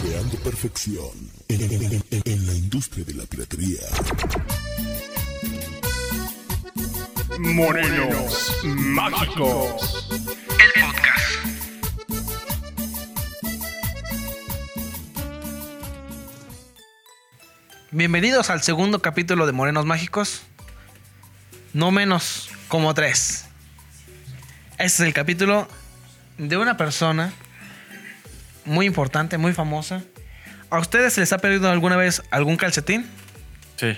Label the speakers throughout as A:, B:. A: Creando perfección en, en- en- en- en la industria de la piratería.
B: Morenos Mágicos.
C: Bienvenidos al segundo capítulo de Morenos Mágicos. No menos como tres. Este es el capítulo de una persona muy importante, muy famosa. ¿A ustedes se les ha perdido alguna vez algún calcetín?
D: Sí.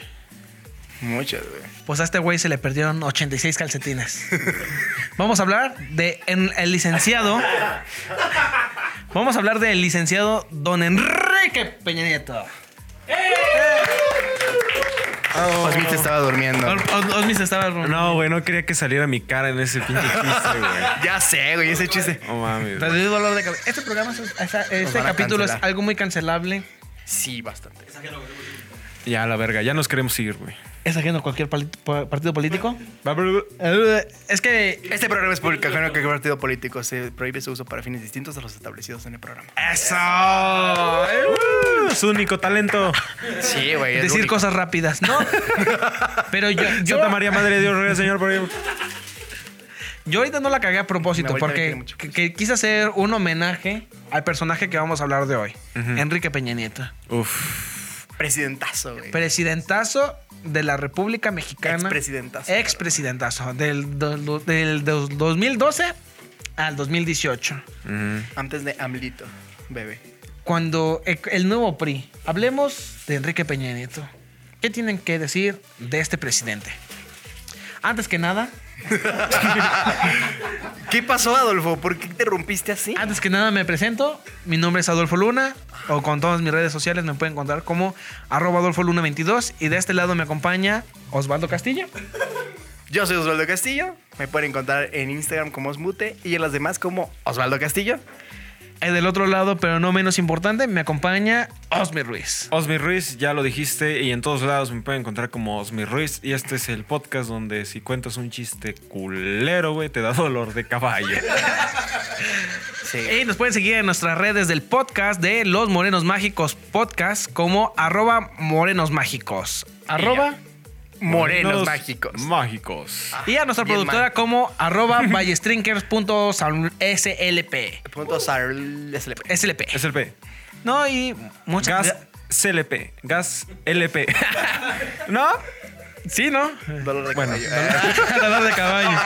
B: Muchas, güey.
C: Pues a este güey se le perdieron 86 calcetines. Vamos a hablar de en- el licenciado. Vamos a hablar del licenciado Don Enrique Peña Nieto.
B: Osmit estaba durmiendo.
C: Os- Os- Osmis estaba
D: No, güey, no quería que saliera mi cara en ese pinche chiste, güey.
B: Ya sé, güey, ese chiste.
D: No mames.
C: Pero el dolor de cabeza. Este programa, es- es- este
B: van a
C: capítulo es
B: cancelar.
C: algo muy cancelable.
B: Sí, bastante.
D: Ya, la verga, ya nos queremos ir, güey.
C: Es ajeno a cualquier pali- pa- partido político.
D: Va, bro, bro.
C: Es que.
B: Este programa es público ajeno a cualquier partido político. Se prohíbe su uso para fines distintos a los establecidos en el programa.
D: ¡Eso! ¡Eh! Su único talento.
B: Sí, güey. es
C: Decir
B: único.
C: cosas rápidas, ¿no? Pero yo, yo,
D: Santa María, Madre de Dios, ruega, Señor, por Dios.
C: yo ahorita no la cagué a propósito
B: Mi abuelita me quiere
C: porque
B: mucho.
C: que- que quise hacer un homenaje al personaje que vamos a hablar de hoy, Enrique Peña Nieto.
D: Uf.
B: Presidentazo, güey.
C: Presidentazo de la República Mexicana.
B: Expresidentazo.
C: Expresidentazo. Del, do- do- del do- 2012 al 2018.
D: Ujú.
B: Antes de AMLito, bebé.
C: cuando el, el nuevo PRI. Hablemos de Enrique Peña Nieto. ¿Qué tienen que decir de este presidente? Antes que nada,
B: ¿Qué pasó, Adolfo? ¿Por qué te rompiste así?
C: antes que nada me presento. Mi nombre es Adolfo Luna. O con todas mis redes sociales me pueden encontrar como arroba Adolfo Luna 22. Y de este lado me acompaña Osvaldo Castillo.
B: Yo soy Osvaldo Castillo. Me pueden encontrar en Instagram como Osmute y en las demás como Osvaldo Castillo.
C: Y del otro lado, pero no menos importante, me acompaña Osmi Ruiz.
D: Osmi Ruiz, ya lo dijiste, y en todos lados me pueden encontrar como Osmi Ruiz. Y este es el podcast donde si cuentas un chiste culero, güey, te da dolor de caballo.
B: Sí.
C: Y nos pueden seguir en nuestras redes del podcast de Los Morenos Mágicos Podcast como arroba Morenos Mágicos. Arroba.
B: Morenos
D: Los
B: mágicos.
D: Mágicos.
C: Y a nuestra
B: Bien
C: productora
B: mal.
C: como arroba ballestrinker.slp.
B: Punto Sarl- SLP.
C: SLP.
D: Es el P.
C: No, y muchas
D: Gas CLP. Gas LP. ¿No?
C: Sí, ¿no?
B: Dolor de
D: Bueno,
B: caballo.
C: Dolor de caballo.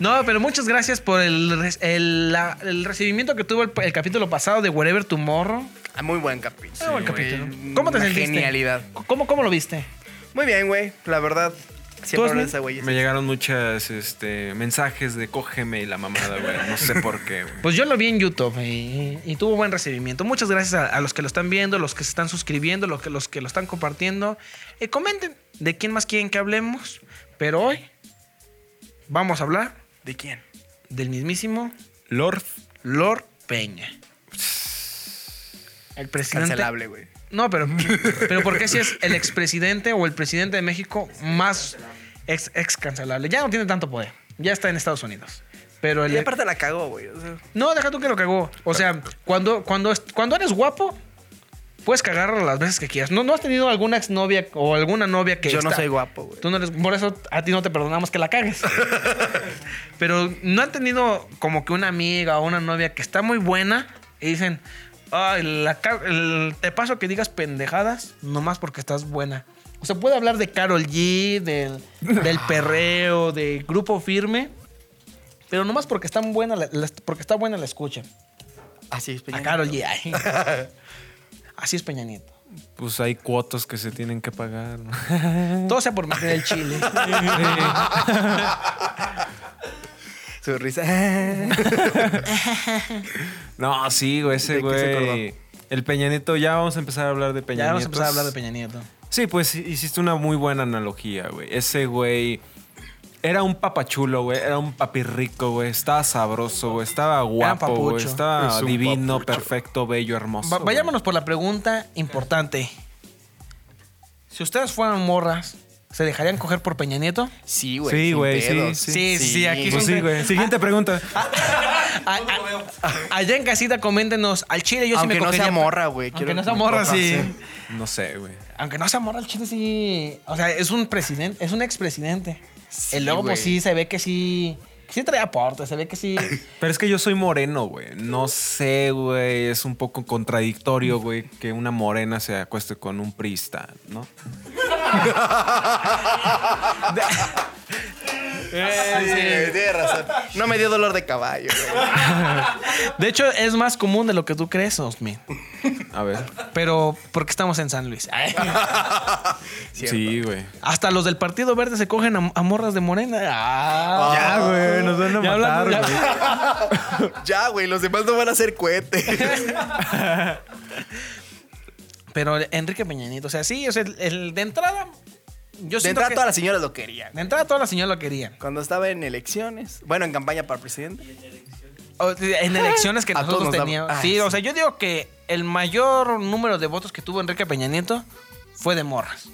C: No, pero muchas gracias por el, res- el- la- el recibimiento que tuvo el, el capítulo pasado de Wherever Tomorrow.
B: Ah, Muy buen capítulo.
C: Muy buen
B: Sí, güey.
C: capítulo. ¿Cómo te
B: Una
C: sentiste?
B: Genialidad.
C: ¿Cómo, cómo lo viste?
B: Muy bien, güey. La verdad,
C: ¿Tú,
B: siempre hablo de
C: Osmin?
B: esa güey.
D: Me llegaron muchas este, mensajes de cógeme y la mamada, güey. No sé por qué, güey.
C: Pues yo lo vi en YouTube y, y tuvo buen recibimiento. Muchas gracias a, a los que lo están viendo, los que se están suscribiendo, los que, los que lo están compartiendo. Eh, comenten de quién más quieren que hablemos. Pero hoy vamos a hablar
B: ¿De quién?
C: del mismísimo
D: Lord.
C: Lord Peña. El presidente.
B: Cancelable, güey.
C: No, pero, pero ¿por qué si es el expresidente o el presidente de México más ex, ex cancelable? Ya no tiene tanto poder. Ya está en Estados Unidos. Pero el,
B: Y aparte la cagó, güey. o sea,
C: No, deja tú que lo cagó. O sea, cuando, cuando, cuando eres guapo, puedes cagarlo las veces que quieras. ¿No, no has tenido alguna exnovia o alguna novia que
B: yo no
C: está-
B: soy guapo, güey.
C: Tú no eres... Por eso a ti no te perdonamos que la cagues. Pero no han tenido como que una amiga o una novia que está muy buena y dicen... Ay, la ca- el- te paso que digas pendejadas nomás porque estás buena. O sea, puede hablar de Carol G, del, del perreo, de grupo firme, pero nomás porque, están buena la- la- porque está buena la escucha. Ah,
B: Así es, Peña.
C: A Carol G. ay. Así es Peña Nieto.
D: Pues hay cuotas que se tienen que pagar. ¿no?
C: Todo sea por mantener el chile.
B: Su risa.
D: No, sí, güey,
B: ¿De
D: ese
B: qué se
D: güey. El peñanito, ya vamos a empezar a hablar de peñanito.
C: Ya vamos a empezar a hablar de Peña Nieto.
D: Sí, pues hiciste una muy buena analogía, güey. Ese güey era un papachulo, güey. Era un papirrico, güey. Estaba sabroso, güey. Estaba guapo, güey.
C: papucho.
D: Estaba
B: Es un
D: divino,
B: papucho.
D: perfecto, bello, hermoso.
C: Va-
D: güey.
C: vayámonos por la pregunta importante. Si ustedes fueran morras, ¿Se dejarían coger por Peña Nieto?
B: Sí, güey.
D: Sí,
B: sin
D: güey, sí,
B: pedos.
D: sí.
C: Sí, sí, aquí
D: Pues
C: son-
D: sí, güey.
C: Ah.
D: Siguiente pregunta.
C: A- a- allá en casita, coméntenos. Al chile yo
B: Aunque
C: sí me
B: no
C: cogería.
B: sea morra, güey,
C: Aunque
B: quiero
C: no
B: que
C: sea
B: me
C: morra,
B: coja,
C: sí.
B: sí.
D: No sé, güey.
C: Aunque no sea morra, al chile sí. O sea, es un presidente, es un expresidente.
B: Sí,
C: el lobo
B: güey.
C: pues, sí se ve que sí. Sí trae aporte, se ve que sí.
D: Pero es que yo soy moreno, güey. No sé, güey. Es un poco contradictorio, güey, que una morena se acueste con un prista, ¿no?
B: Sí, güey, tienes razón. No me dio dolor de caballo. güey.
C: De hecho, es más común de lo que tú crees, Osmin.
D: A ver.
C: Pero, ¿por qué estamos en San Luis? Ay.
B: Cierto.
D: Sí, güey.
C: Hasta los del Partido Verde se cogen a, a morras de morena. Ah.
D: Ya, güey. Nos van a
C: Ya hablando-
D: matar,
C: ya-
D: güey.
B: Ya, güey, los demás no van a hacer cohete.
C: Pero Enrique Peñanito, o sea, sí, o sea, el, el- de entrada, yo
B: De
C: siento
B: entrada,
C: que-
B: todas las señoras lo querían.
C: de entrada toda la señora lo querían.
B: Cuando estaba en elecciones, bueno, en campaña para presidente.
C: O- en elecciones que
B: A todos
C: nosotros
B: nos daba-
C: teníamos.
B: Ay,
C: sí,
B: sí.
C: o sea, yo digo que el mayor número de votos que tuvo Enrique Peña Nieto fue de morras.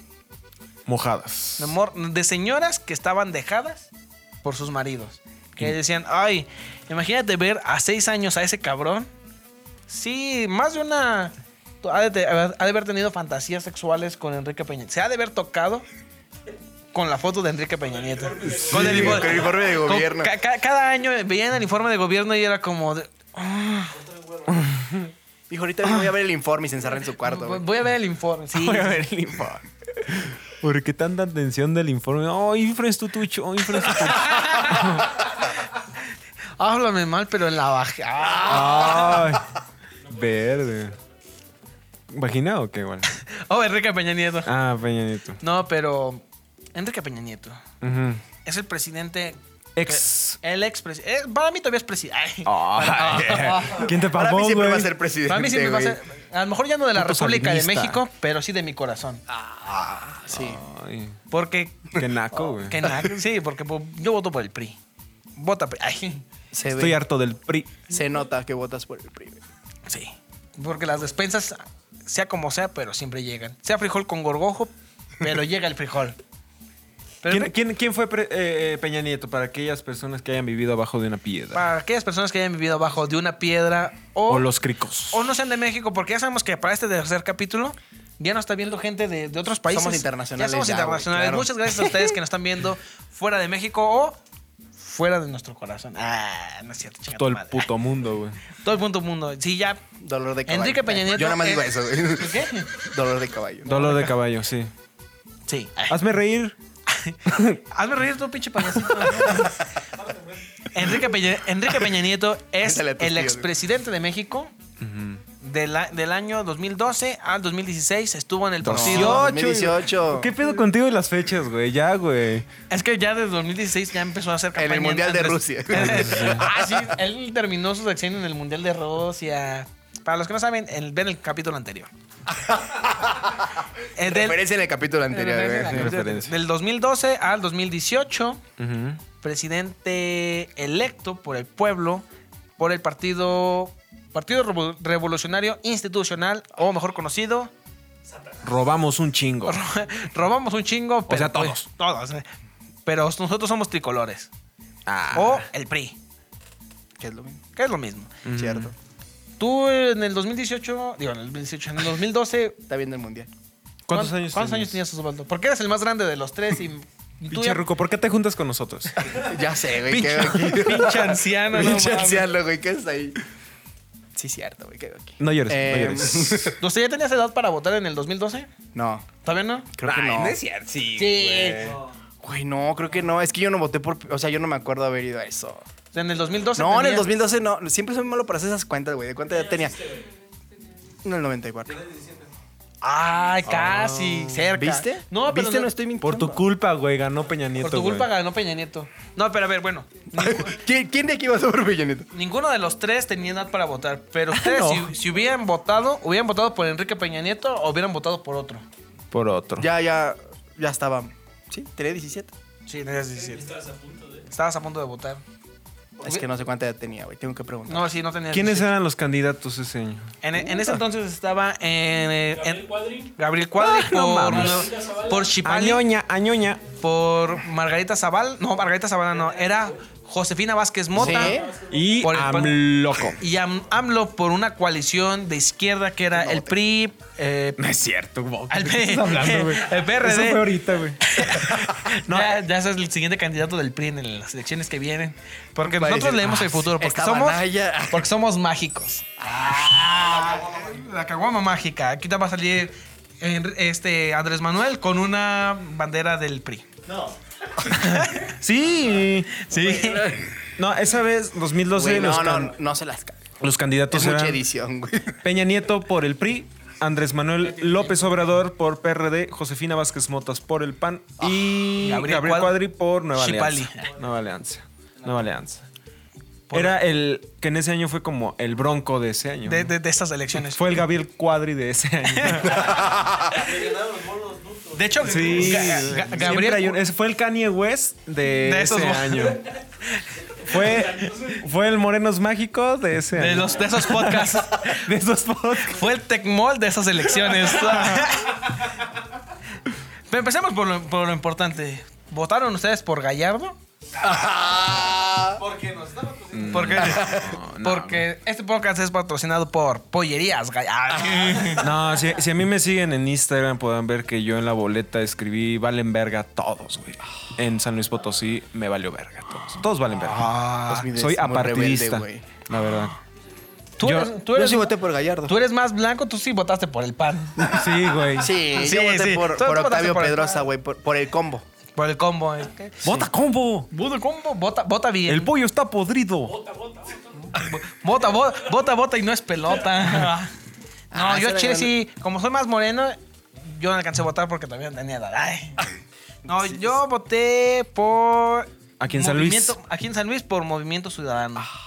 D: Mojadas.
C: De, mor- de señoras que estaban dejadas por sus maridos. Que
B: Mm.
C: decían, ay, imagínate ver a seis años a ese cabrón. Sí, más de una... Ha de, te- ha de haber tenido fantasías sexuales con Enrique Peña. Se ha de haber tocado con la foto de Enrique Peña Nieto. con
B: Sí,
C: info-
B: con el uniforme de
C: con-
B: gobierno.
C: ca- ca- cada año veían el informe de gobierno y era como... de,
B: Dijo, ahorita
C: Ah.
B: voy a ver el informe y se encerró en su cuarto.
C: Voy,
B: güey.
C: voy a ver el informe. Sí,
D: Voy a ver el informe. ¿Por qué tanta atención del informe? Oh, infres tu tucho, oh, infres tu tucho.
C: háblame mal, pero en la baja. Ah.
D: Ay, verde. ¿Vagina o qué, güey?
C: Oh, Enrique Peña Nieto.
D: Ah, Peña Nieto.
C: No, pero Enrique Peña Nieto
D: Ujú.
C: es el presidente.
D: Ex.
C: El ex presidente. Para mí todavía es presidente.
D: Ah, ¿Quién te
B: Para
D: pagó,
B: mí
D: güey?
B: siempre va a ser presidente.
C: Para mí siempre va a ser. A lo mejor ya no de la
D: Puto
C: República de
D: salinista.
C: México, pero sí de mi corazón.
B: Ah, sí.
D: Ay,
C: Porque.
D: qué naco, güey.
C: que na- sí, porque pues, yo voto por el PRI. Vota PRI. Ay,
B: Se
D: Estoy
B: ve.
D: harto del PRI.
B: Se nota que votas por el PRI.
C: sí. Porque las despensas, sea como sea, pero siempre llegan. Sea frijol con gorgojo, pero llega el frijol. Pero-
D: ¿Quién, quién- quién fue pre- eh, eh, Peña Nieto para aquellas personas que hayan vivido abajo de una piedra?
C: Para aquellas personas que hayan vivido abajo de una piedra o,
D: O los cricos.
C: o no sean de México, porque ya sabemos que para este tercer capítulo ya nos está viendo gente de, de otros países.
B: Somos
C: Ya
B: internacionales
C: somos
B: ya, güey,
C: internacionales.
B: claro.
C: Muchas gracias a ustedes que nos están viendo fuera de México o fuera de nuestro corazón. Ah, no es cierto, chinga tu
D: Todo el
C: madre.
D: puto mundo, güey.
C: Todo el punto mundo. Sí, ya.
B: Dolor de caballo.
C: Enrique Peña Nieto.
B: Yo nada más digo
C: eh,
B: eso, güey.
C: ¿Qué?
B: Dolor de caballo.
D: Dolor de caballo, sí.
C: Sí.
D: Hazme reír.
C: Hazme reír tú, pinche payasito. Enrique, Peña, Enrique Peña Nieto es
B: Métele a tus
C: el
B: tíos.
C: expresidente de México. del, a- del año 2012 al 2016 estuvo en el partido.
B: 2018.
D: ¿Qué pedo contigo y las fechas, güey? Ya, güey.
C: Es que ya desde 2016 ya empezó a hacer
B: En el
C: campaña.
B: Mundial de Rusia.
C: ah, sí. Él terminó su sección en el Mundial de Rusia. Para los que no saben, el- ven el capítulo anterior. Eh, del-
B: Referencia en el capítulo anterior. güey.
D: Referencia.
C: del 2012 al 2018
D: Ujú.
C: presidente electo por el pueblo, por el partido Partido Revo- Revolucionario Institucional, o mejor conocido,
D: Robamos un chingo.
C: robamos un chingo, pero
D: sea,
C: pues,
D: todos.
C: todos, eh. pero nosotros somos tricolores
D: Ah.
C: o el PRI,
B: Que es lo mismo.
C: que es lo mismo.
D: Mm.
B: Cierto.
C: Tú en el 2018, digo en el 2018, en el 2012,
B: Está viendo el mundial.
D: ¿Cuántos
C: ¿cuán-
D: años
C: ¿Cuántos años tenías Osvaldo? Porque eras el más grande de los tres y tú
D: Pinche
C: ya-
D: Ruco, ¿por qué te juntas con nosotros?
B: Ya sé, güey.
C: pinche,
B: qué-
C: pinche anciano, no
B: Pinche
C: mames.
B: anciano, güey. ¿Qué está ahí? Sí, cierto, güey. ¿Qué hago aquí?
D: No llores, no
B: Eh,
D: llores.
C: ¿Usted ya tenías edad para votar en el 2012?
B: No.
C: ¿Todavía no?
B: Creo que no.
D: cierto,
C: Sí.
B: Güey, no, creo que no. Es que yo no voté por. O sea, yo no me acuerdo haber ido a eso.
C: En el 2012.
B: No, en el
C: tenía-
B: 2012 no. Siempre soy malo para hacer esas cuentas, güey. ¿De cuánta edad tenía? No, el 94.
C: Ay, casi, cerca.
B: ¿Viste?
C: No, pero
B: ¿Viste? No,
C: no-
B: estoy
D: Por
B: mintiendo.
D: tu culpa, güey, ganó Peña Nieto.
C: por tu culpa
D: güey.
C: ganó Peña Nieto. No, pero a ver, bueno. ningu-
B: ¿Quién, quién de aquí va a ser por Villanito?
C: Ninguno de los tres tenía edad para votar. Pero
B: Ah,
C: ustedes,
D: No.
C: si, si hubieran votado, hubieran votado por Enrique Peña Nieto o hubieran votado por otro.
D: Por otro.
B: Ya, ya, ya estaba. Sí, tenía 17.
C: Sí, no es decir. Estabas a punto de votar.
B: Es que no sé cuánta edad tenía, güey. Tengo que preguntar.
C: No, sí, no tenía.
D: ¿Quiénes eran los candidatos ese año?
C: En, en ese entonces estaba en, eh, en-
E: Gabriel Cuadri.
C: Gabriel Cuadri
D: Ah, no
C: por,
D: mames.
C: por Chipali,
D: Añoña, añoña.
C: por Margarita Zaval. No, Margarita Zavala no. Era Josefina Vázquez Mota.
B: Sí.
D: Y
C: Por el pan-
D: Amloco.
C: Y Am- AMLO por una coalición de izquierda que era el PRI, eh,
D: No es cierto, güey.
C: Al
D: ¿De qué estás
C: P-
D: hablando, güey?
C: el PRD.
D: Eso fue ahorita, güey.
C: No, ya, ya es el siguiente candidato del PRI en las elecciones que vienen. Porque
B: Va a
C: nosotros
B: decir,
C: leemos
B: "Ah,
C: el futuro. Porque
B: esta
C: somos,
B: banalla".
C: porque somos mágicos. La caguama mágica. Aquí te va a salir en- este Andrés Manuel con una bandera del PRI.
D: Sí.
C: Sí.
D: No, esa vez, 2012,
B: Güey,
D: los,
B: no, no,
D: can-
B: no, no se las cae.
D: los candidatos
B: Es mucha
D: eran
B: edición, güey.
D: Peña Nieto por el PRI, Andrés Manuel López Obrador por PRD, Josefina Vázquez Motas por el PAN y
C: Ah, Gabriel
D: Gabriel,
C: Cuad-
D: Cuadri por Nueva
C: Xipali.
D: Alianza. Nueva Alianza. Nueva Alianza.
C: Por-
D: Era el que en ese año fue como el bronco de ese año.
C: De,
D: ¿no?
C: de- de estas elecciones.
D: Fue el Gabriel Cuadri de ese año.
C: De hecho,
D: Sí.
C: Ga- Ga-
D: Siempre
C: Gabriel.
D: hay un- ese fue el Kanye West de,
C: De esos
D: ese
C: mo-
D: año. fue, fue el Morenos Mágico de ese
C: de,
D: año.
C: los, de esos podcasts.
D: de esos podcasts.
C: Fue el Tecmol de esas elecciones. Pero empecemos por lo, por lo importante. ¿Votaron ustedes por Gallardo? Mm. Porque, porque este podcast es patrocinado por Pollerías Ah, Gallardo.
D: No, si, si a mí me siguen en Instagram podrán ver que yo en la boleta escribí valen verga todos, güey. En San Luis Potosí me valió verga todos. Todos valen verga.
B: Pues, mira,
D: Soy
B: es muy rebelde,
D: apartidista,
B: güey.
D: la verdad.
C: Tú,
D: Yo-
C: eres, tú,
B: Yo
C: eres,
B: sí voté por Gallardo.
C: tú eres más blanco, tú sí votaste por el pan.
D: Sí, güey.
B: Sí,
C: Sí,
B: yo voté
C: sí.
B: por,
C: Tú-
B: por
C: tú votaste
B: Octavio
C: por el-
B: Pedrosa, güey, por, por el combo.
C: Por el combo. ¿eh?
D: ¡Vota combo!
C: Budo combo, vota, vota bien.
D: El pollo está podrido.
C: Bota, bota, bota, bota y no es pelota. No,
B: Ah,
C: yo
B: esa
C: chile
B: era
C: sí, como soy más moreno, yo no alcancé a votar porque también tenía edad. ay. No, yo voté por...
D: Aquí en San Luis.
C: Movimiento- Aquí en San Luis por Movimiento Ciudadano.
B: Ah.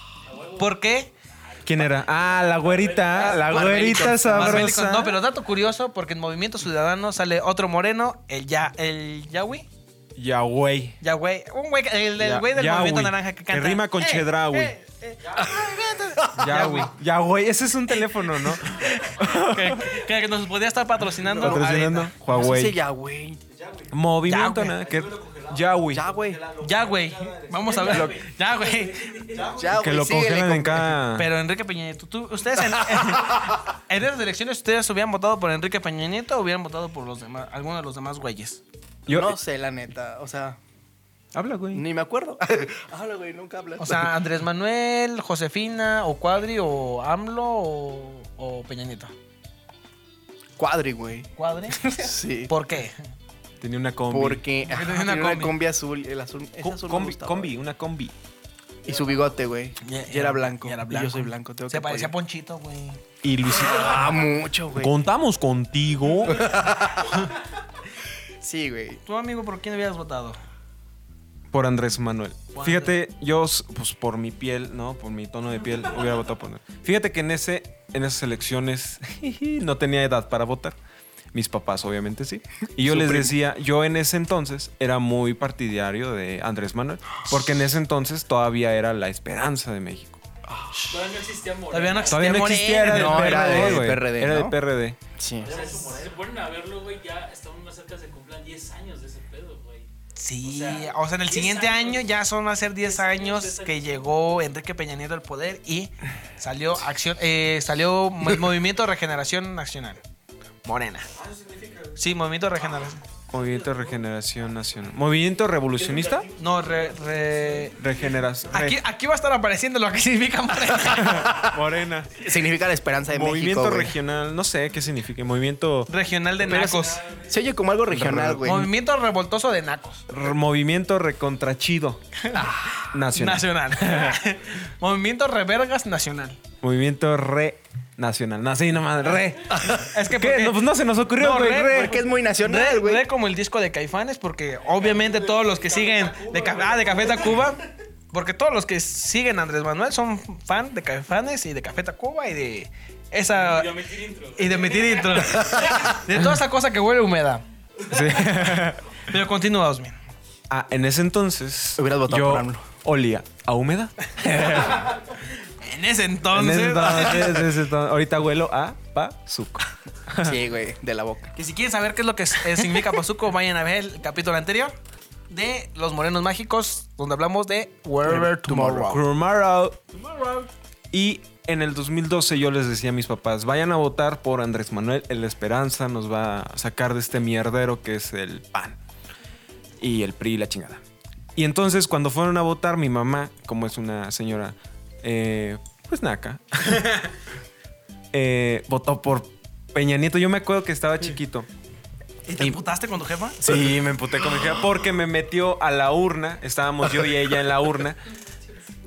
C: ¿Por qué?
D: ¿Quién era? Ah, la güerita. La
B: Marmelitos,
D: güerita
C: Más bélicos.
D: sabrosa.
C: No, pero dato curioso, porque en Movimiento Ciudadano sale otro moreno, el ya, el Yahweh.
D: Ya, güey.
C: Ya, güey. Un güey, el, el
D: Ya-
C: güey del
D: ya,
C: Movimiento
D: güey.
C: Naranja que
D: Que
C: canta. Eh,
D: rima con Chedraui. Ya, güey.
C: Yahweh.
D: Ya, güey. Ese es un teléfono, ¿no?
C: que, eh, que- que nos podía estar patrocinando.
D: Patrocinando.
B: No sé
D: Huawei.
B: si ya, güey.
D: Movimiento,
C: Ya,
D: nada. Que... Ya, güey.
B: Ya, güey.
C: Ya, güey. Vamos a ver. Ya, güey.
B: Ya,
D: Que
B: güey,
D: lo
B: síguele
D: congelan en
B: con-
D: cada...
C: Pero Enrique Peña Nieto, tú- ustedes en, en esas elecciones, ¿ustedes hubieran votado por Enrique Peña Nieto o hubieran votado por los demás, alguno de los demás güeyes?
D: Yo- eh,
B: No sé, la neta. O sea,
D: Habla, güey.
B: ni me acuerdo. Habla, güey, nunca hablas.
C: O sea, Andrés Manuel, Josefina, o Cuadri, o AMLO, o, o Peña Nieto.
B: cuadri, güey.
C: ¿Cuadri?
B: Sí.
C: ¿Por qué?
D: Tenía una combi.
B: Porque ah,
C: tenía
B: tenía
C: una
B: una,
C: combi.
B: combi. azul, el azul, ese
D: Co-
B: azul me
D: combi,
B: gustaba.
D: combi, una combi.
B: Y su bigote, güey. Y
C: Ya-
B: era, blanco.
C: ya era
B: Y yo soy blanco, tengo
C: Se
B: que
C: parecía a
B: apoyar.
C: Ponchito, güey.
D: Y Luisito.
B: Ah, mucho, güey.
D: Contamos contigo.
B: Sí, güey.
C: ¿Tú, amigo, por quién hubieras votado?
D: Por Andrés Manuel.
C: ¿Cuál?
D: Fíjate, yo, s- pues por mi piel, ¿no? Por mi tono de piel, hubiera votado por él. Fíjate que en, ese, en esas elecciones no tenía edad para votar. Mis papás, obviamente, sí. Y yo
B: Su
D: les
B: primo.
D: decía, yo en ese entonces era muy partidario de Andrés Manuel, porque en ese entonces todavía era la esperanza de México.
E: Todavía no existía Morena.
C: Todavía no existía
D: Todavía no
C: Morena.
D: existía, era del
B: No, era
D: PRD,
B: del
D: güey.
B: PRD,
D: Era del
B: ¿no?
D: PRD.
B: Sí.
E: Se ponen a verlo, güey, ya estamos más cerca, se cumplan 10 años de ese pedo, güey.
C: Sí,
E: O sea,
C: o sea, en el
E: 10
C: siguiente
E: años.
C: año ya son va a ser 10
E: años,
C: años
E: 10
C: que
E: años.
C: llegó Enrique Peña Nieto al poder y salió acción, eh, salió el Movimiento de Regeneración Nacional. Morena. Sí, Movimiento de Regeneración.
D: Movimiento de Regeneración Nacional. ¿Movimiento Revolucionista?
C: No, re, re-
D: Regeneración.
C: Aquí, aquí va a estar apareciendo lo que significa Morena.
B: ah,
D: Morena.
B: Significa la esperanza de
D: Movimiento
B: México, güey.
D: regional, no sé qué significa. Movimiento.
C: Regional de
B: Pero es-
C: Nacos.
B: Se oye como algo regional, güey.
C: Movimiento revoltoso de Nacos.
D: r- movimiento recontrachido. Ah, nacional.
C: Nacional. movimiento Revergas Nacional.
D: Movimiento re nacional. No, sí, nomás, re.
C: Es que
D: ¿Qué?
C: porque-
D: No, pues no se nos ocurrió,
C: No,
D: güey,
C: re,
D: re.
B: Porque es muy nacional,
C: Re-
B: güey.
C: re como el disco de Caifanes, porque obviamente todos los que siguen de, Ca- ah, de Café Tacuba, porque todos los que siguen a Andrés Manuel son fan de Caifanes y de Café Tacuba y de esa...
E: Yo metí intro.
C: Y de metir intro. De toda esa cosa que huele a humedad.
D: Sí.
C: Pero continúa, Osmin.
D: Ah, en ese entonces.
B: Hubieras votado
D: yo
B: por AMLO.
D: Olía a húmeda.
C: En ese
D: Ah, En
C: entonces.
D: ese entonces, en ese entonces. Ahorita huelo a pazuco.
B: Sí, güey, de la boca.
C: Que si quieren saber qué es lo que es- eh, significa Pazuco, vayan a ver el capítulo anterior de Los Morenos Mágicos, donde hablamos de Wherever Tomorrow.
D: Tomorrow. Y en el 2012 yo les decía a mis papás, vayan a votar por Andrés Manuel, el Esperanza nos va a sacar de este mierdero que es el PAN. Y el PRI y la chingada. Y entonces cuando fueron a votar, mi mamá, como es una señora, eh, pues naca, eh, votó por Peña Nieto. Yo me acuerdo que estaba chiquito.
C: ¿Y te emputaste con tu jefa?
D: Sí, me emputé con mi jefa porque me metió a la urna. Estábamos yo y ella en la urna.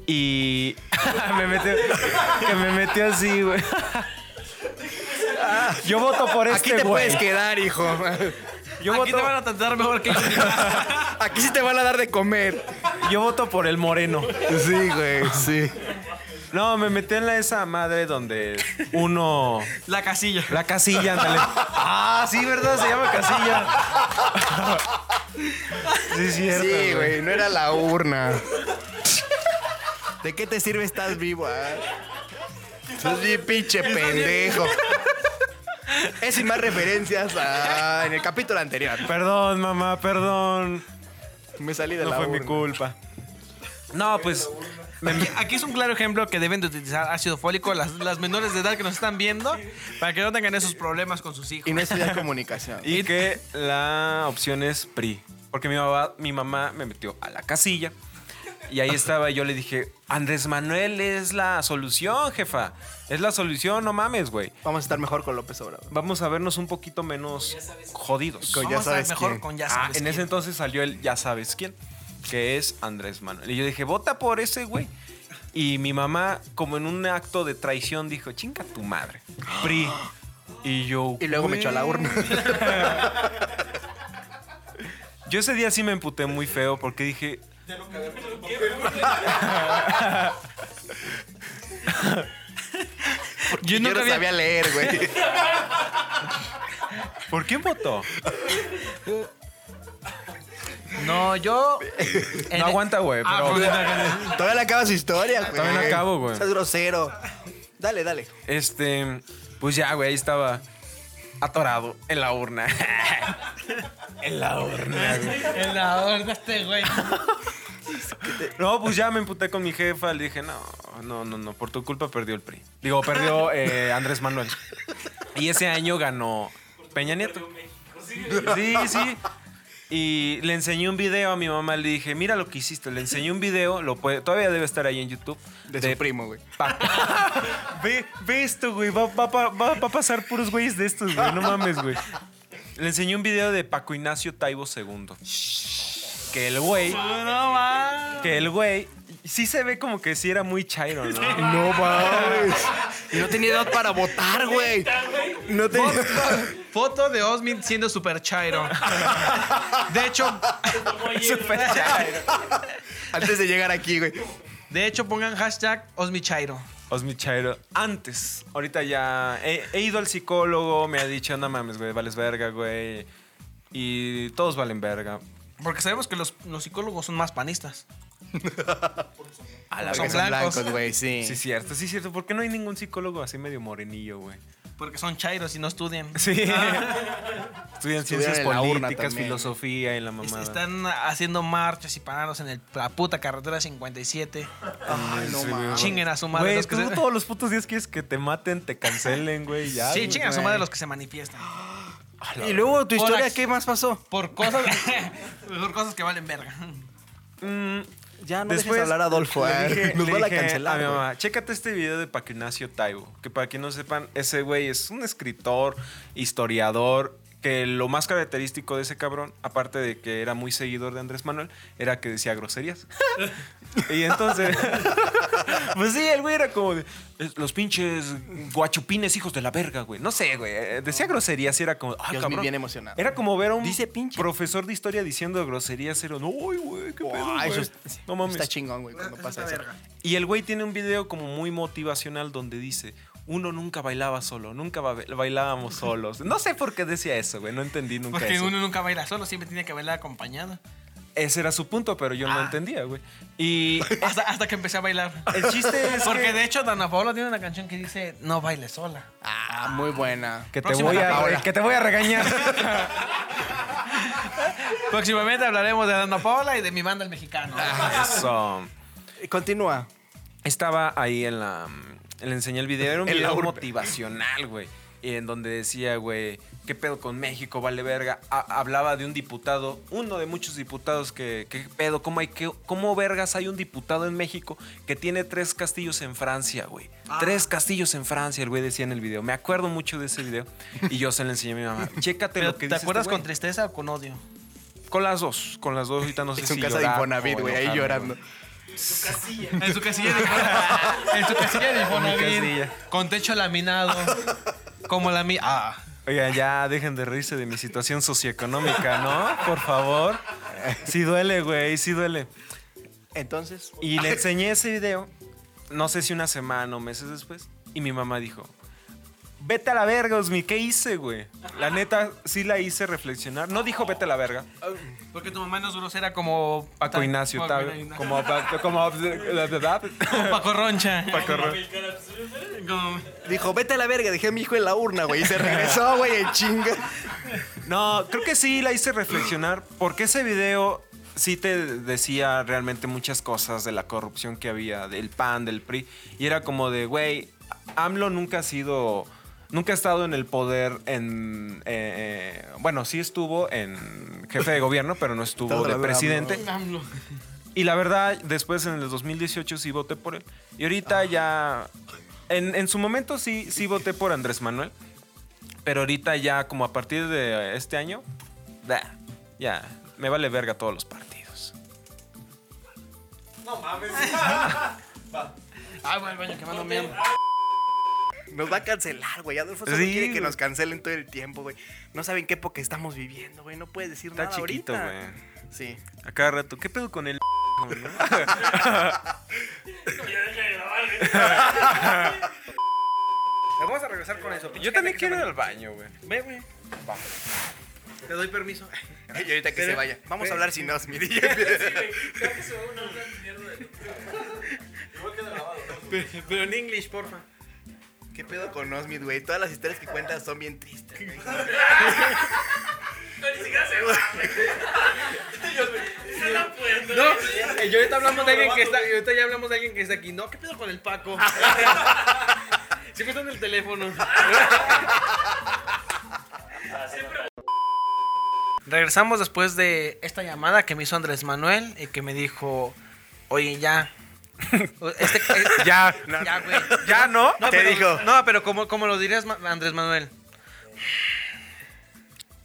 D: Y me metió, que me metió así, güey. Yo voto por
B: Aquí
D: este
B: te
D: güey.
B: puedes quedar, hijo.
D: Yo
C: Aquí
D: voto,
C: te van a tratar mejor que yo.
B: Aquí sí te van a dar de comer.
D: yo voto por el moreno.
B: Sí, güey, sí.
D: No, me metió en la esa madre donde uno
C: La casilla.
D: la casilla, ándale. Ah, sí, verdad, se llama casilla. Sí, es cierto.
B: Sí, güey, no era la urna. ¿De qué te sirve estás vivo? ah? Sos bien pinche pendejo. Es sin más referencias a- en el capítulo anterior.
D: Perdón, mamá, perdón.
B: Me salí de
D: No
B: la
D: fue mi
B: urna.
D: culpa. No, pues
C: Aquí, aquí es un claro ejemplo que deben de utilizar ácido fólico las, las menores de edad que nos están viendo para que no tengan esos problemas con sus hijos.
B: Y no estudiar comunicación.
D: Y que la opción es PRI. Porque mi mamá, mi mamá me metió a la casilla. Y ahí estaba, y yo le dije, Andrés Manuel es la solución, jefa. Es la solución, no mames, güey.
B: Vamos a estar mejor con López Obrador.
D: Vamos a vernos un poquito menos jodidos.
B: Con-
C: Vamos
B: ya
C: a estar
B: sabes
C: mejor
B: quién.
C: con ya
D: Ah,
C: sabes
D: en ese
C: quién.
D: entonces salió el ya sabes quién, que es Andrés Manuel. Y yo dije, vota por ese, güey. Y mi mamá, como en un acto de traición, dijo, chinga tu madre, PRI. Y yo...
B: Y luego me echó a la
D: "Güey".
B: urna.
D: Yo ese día sí me emputé muy feo porque dije.
B: Yo,
C: nunca
B: no
C: había-
B: sabía leer, güey.
D: ¿Por quién votó?
C: No, yo.
D: No aguanta, güey.
C: Ah,
D: Pero
C: perdón.
B: Todavía no acaba su historia, güey.
D: Todavía no acabo, güey.
B: Seas grosero. Dale, dale.
D: este. Pues ya, güey, ahí estaba atorado en la urna. en la urna, güey.
C: El nadador de este güey.
D: No, pues ya me emputé con mi jefa. Le dije, no, no, no, no. Por tu culpa perdió el PRI. Digo, perdió eh, Andrés Manuel. Y ese año ganó Peña Nieto. Sí, sí. Y le enseñé un video a mi mamá, le dije, mira lo que hiciste, le enseñé un video, lo puede, todavía debe estar ahí en YouTube.
B: De, su primo, güey.
D: pa- ve, ve esto, güey, va, va- va- va- va a pasar puros güeyes de estos, güey, no mames, güey. Le enseñé un video de Paco Ignacio Taibo II. Que el güey,
C: No mames.
D: que el güey, sí se ve como que sí era muy chairo, ¿no?
B: No mames. Y no tenía edad para votar, güey. No tenía.
C: Foto de Osmin siendo super chairo. De hecho,
D: Súper chairo.
B: Antes de llegar aquí, güey.
C: de hecho pongan hashtag osmichairo.
D: Osmi Pues, Chairo. Antes, ahorita ya he, he ido al psicólogo, me ha dicho, no mames, güey, vales verga, güey. Y todos valen verga.
C: Porque sabemos que los, los psicólogos son más panistas.
D: A
C: Son
D: la verga.
B: Porque son
C: blancos.
B: blancos, güey, sí.
D: Sí, cierto, sí, cierto. ¿Por qué no hay ningún psicólogo así medio morenillo, güey?
C: Porque son chairos y no estudian.
D: Sí. Ah. Estudian ciencias
B: en la urna
D: políticas,
B: también.
D: filosofía y la
C: Es-
D: mamada.
C: Están haciendo marchas y parados en el- la puta carretera 57.
B: Ay, no mames.
C: Chinguen a su madre
D: Güey,
C: los que
D: tú
C: se-
D: todos los putos días quieres que te maten, te cancelen, güey, ya.
C: Sí,
D: güey.
C: chingan a su madre los que se manifiestan.
B: Y luego tu
C: Por
B: historia,
C: aquí.
B: ¿qué más pasó?
C: Por cosas, por cosas que valen verga.
D: Mm,
B: Ya no
D: Después
B: dejes hablar a Adolfo.
D: le
B: ah,
D: dije-
B: Nos
D: le
B: van a
D: dije
B: cancelar.
D: a mi
B: güey.
D: mamá, chécate este video de Paco Ignacio Taibo, que para quien no sepan, ese güey es un escritor, historiador, que lo más característico de ese cabrón, aparte de que era muy seguidor de Andrés Manuel, era que decía groserías. y entonces, pues sí, el güey era como de, "Es- los pinches guachupines hijos de la verga, güey. No sé, güey, eh, decía groserías y era como, ah,
B: Dios,
D: cabrón.
B: bien emocionado.
D: Era como ver a un
B: Dice pinche.
D: profesor de historia diciendo groserías, era, no, "Ay, güey, qué pedo,
B: Ah, eso
D: güey".
B: es-
D: no mames.
B: Está chingón, güey, cuando pasa eso.
D: Y el güey tiene un video como muy motivacional donde dice, uno nunca bailaba solo, nunca ba- bailábamos solos. No sé por qué decía eso, güey, no entendí nunca
C: Porque
D: eso.
C: uno nunca baila solo, siempre tiene que bailar acompañado.
D: Ese era su punto, pero yo
C: Ah.
D: no entendía, güey. Y
C: Hasta, hasta que empecé a bailar.
D: el chiste es
C: Porque
D: que,
C: de hecho Dana Paola tiene una canción que dice No bailes sola.
B: Ah, muy buena.
D: que te
C: Próxima
D: voy a,
B: Paola.
D: que te voy a regañar.
C: Próximamente hablaremos de Dana Paola y de mi banda el mexicano.
D: Ah, Eso.
B: Continúa.
D: Estaba ahí en la. Le enseñé el video. Era un
B: En la
D: video
B: urbe.
D: motivacional, güey. Y en donde decía, güey, ¿qué pedo con México? Vale verga. Ha- hablaba de un diputado, uno de muchos diputados que, ¿qué pedo? ¿Cómo, hay que, ¿Cómo vergas hay un diputado en México que tiene tres castillos en Francia, güey?
B: Ah.
D: Tres castillos en Francia, el güey decía en el video. Me acuerdo mucho de ese video. Y yo se lo enseñé a mi mamá. Chécate
C: Pero,
D: lo que
C: ¿Te
D: dice este
C: acuerdas
D: güey.
C: con tristeza o con odio?
D: Con las dos, con las dos ahorita no sé
B: Es
D: si
B: un casa de
D: llorar
B: Infonavit,
D: o
B: güey, ahí
D: enojarme,
B: llorando.
C: En su casilla de Infonavit. En su casilla de Infonavit.
D: En mi casilla.
C: Con techo laminado. Como la mía. Ah.
D: Oigan, ya dejen de reírse de mi situación socioeconómica, ¿no? Por favor. Sí duele, güey, sí duele.
B: Entonces,
D: Y le enseñé ese video, no sé si una semana o meses después, y mi mamá dijo, vete a la verga, Osmi, ¿qué hice, güey? La neta, sí la hice reflexionar. No dijo vete a la verga.
C: Porque tu mamá no es grosera como.
D: Paco Ignacio,
C: Paco
D: tal.
C: Ignacio.
D: Como... como
C: Como Paco Roncha.
D: Paco Ro-
C: Como-
B: dijo, vete a la verga, dejé a mi hijo en la urna, güey. Y se regresó, güey, en chinga.
D: No, creo que sí la hice reflexionar porque ese video sí te decía realmente muchas cosas de la corrupción que había, del PAN, del PRI. Y era como de, güey, AMLO nunca ha sido, nunca ha estado en el poder en... eh, bueno, sí estuvo en jefe de gobierno, pero no estuvo
B: Estás
D: de
B: hablando de
D: presidente.
C: AMLO.
D: Y la verdad, después en el 2018 sí voté por él. Y ahorita ya. En, en su momento sí, sí voté por Andrés Manuel. Pero ahorita ya, como a partir de este año, bah, ya me vale verga todos los partidos.
C: Ah, voy al baño que mando miedo.
B: Nos va a cancelar, güey. Adolfo solo
D: Sí,
B: quiere que
D: güey.
B: nos cancelen todo el tiempo, güey. No saben qué época estamos viviendo, güey. No puedes decir
D: Está
B: nada
D: chiquito, güey.
B: ahorita. Sí.
D: A cada rato, ¿qué pedo con el.? no?
C: Vamos a regresar con eso.
D: Yo también quiero ir al baño, güey.
C: Ve, güey. Te doy permiso.
B: Ay, ahorita que se vaya. Vamos a hablar sin Osmi.
C: Pero en inglés, porfa.
B: ¿Qué pedo con Osmi, güey? Todas las historias que cuentas son bien tristes. güey.
C: No, eh, yo ahorita hablamos de alguien que está. Ahorita ya hablamos de alguien que está aquí. No, ¿qué pedo con el Paco? Siempre está en el teléfono. Regresamos después de esta llamada que me hizo Andrés Manuel y que me dijo, oye, ya. Este-
D: Ya.
C: ya, güey.
D: ¿Ya no?
C: No,
B: Te
C: pero,
B: dijo.
C: No, pero como, como lo dirías, Ma- Andrés Manuel.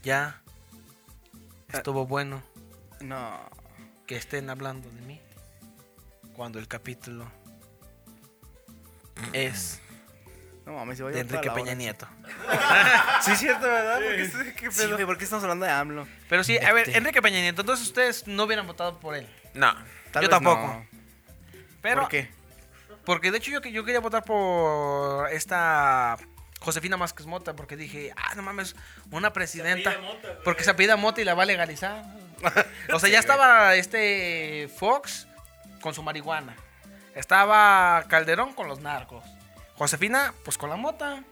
C: Ya. Estuvo bueno
B: No.
C: que estén hablando de mí cuando el capítulo es
B: No mames, se va a
C: de
B: llevar toda
C: Enrique
B: la
C: Peña
B: hora.
C: Nieto.
D: Sí, es cierto, ¿verdad? Porque sí, ¿qué
B: Sí,
D: pedo?
B: güey, ¿por qué estamos hablando de AMLO?
C: Pero sí, a
B: Este.
C: ver, Enrique Peña Nieto, entonces ustedes no hubieran votado por él.
D: No.
B: Tal
C: Yo
B: vez
C: tampoco.
B: no.
C: Pero,
B: ¿Por qué?
C: Porque de hecho yo, que- yo quería votar por esta Josefina Másquez Mota porque dije, ah, no mames, una presidenta.
E: apellida Mota, güey.
C: porque se apellida Mota y la va a legalizar. O sea, ya estaba este Fox con su marihuana. Estaba Calderón con los narcos. Josefina, pues con la mota.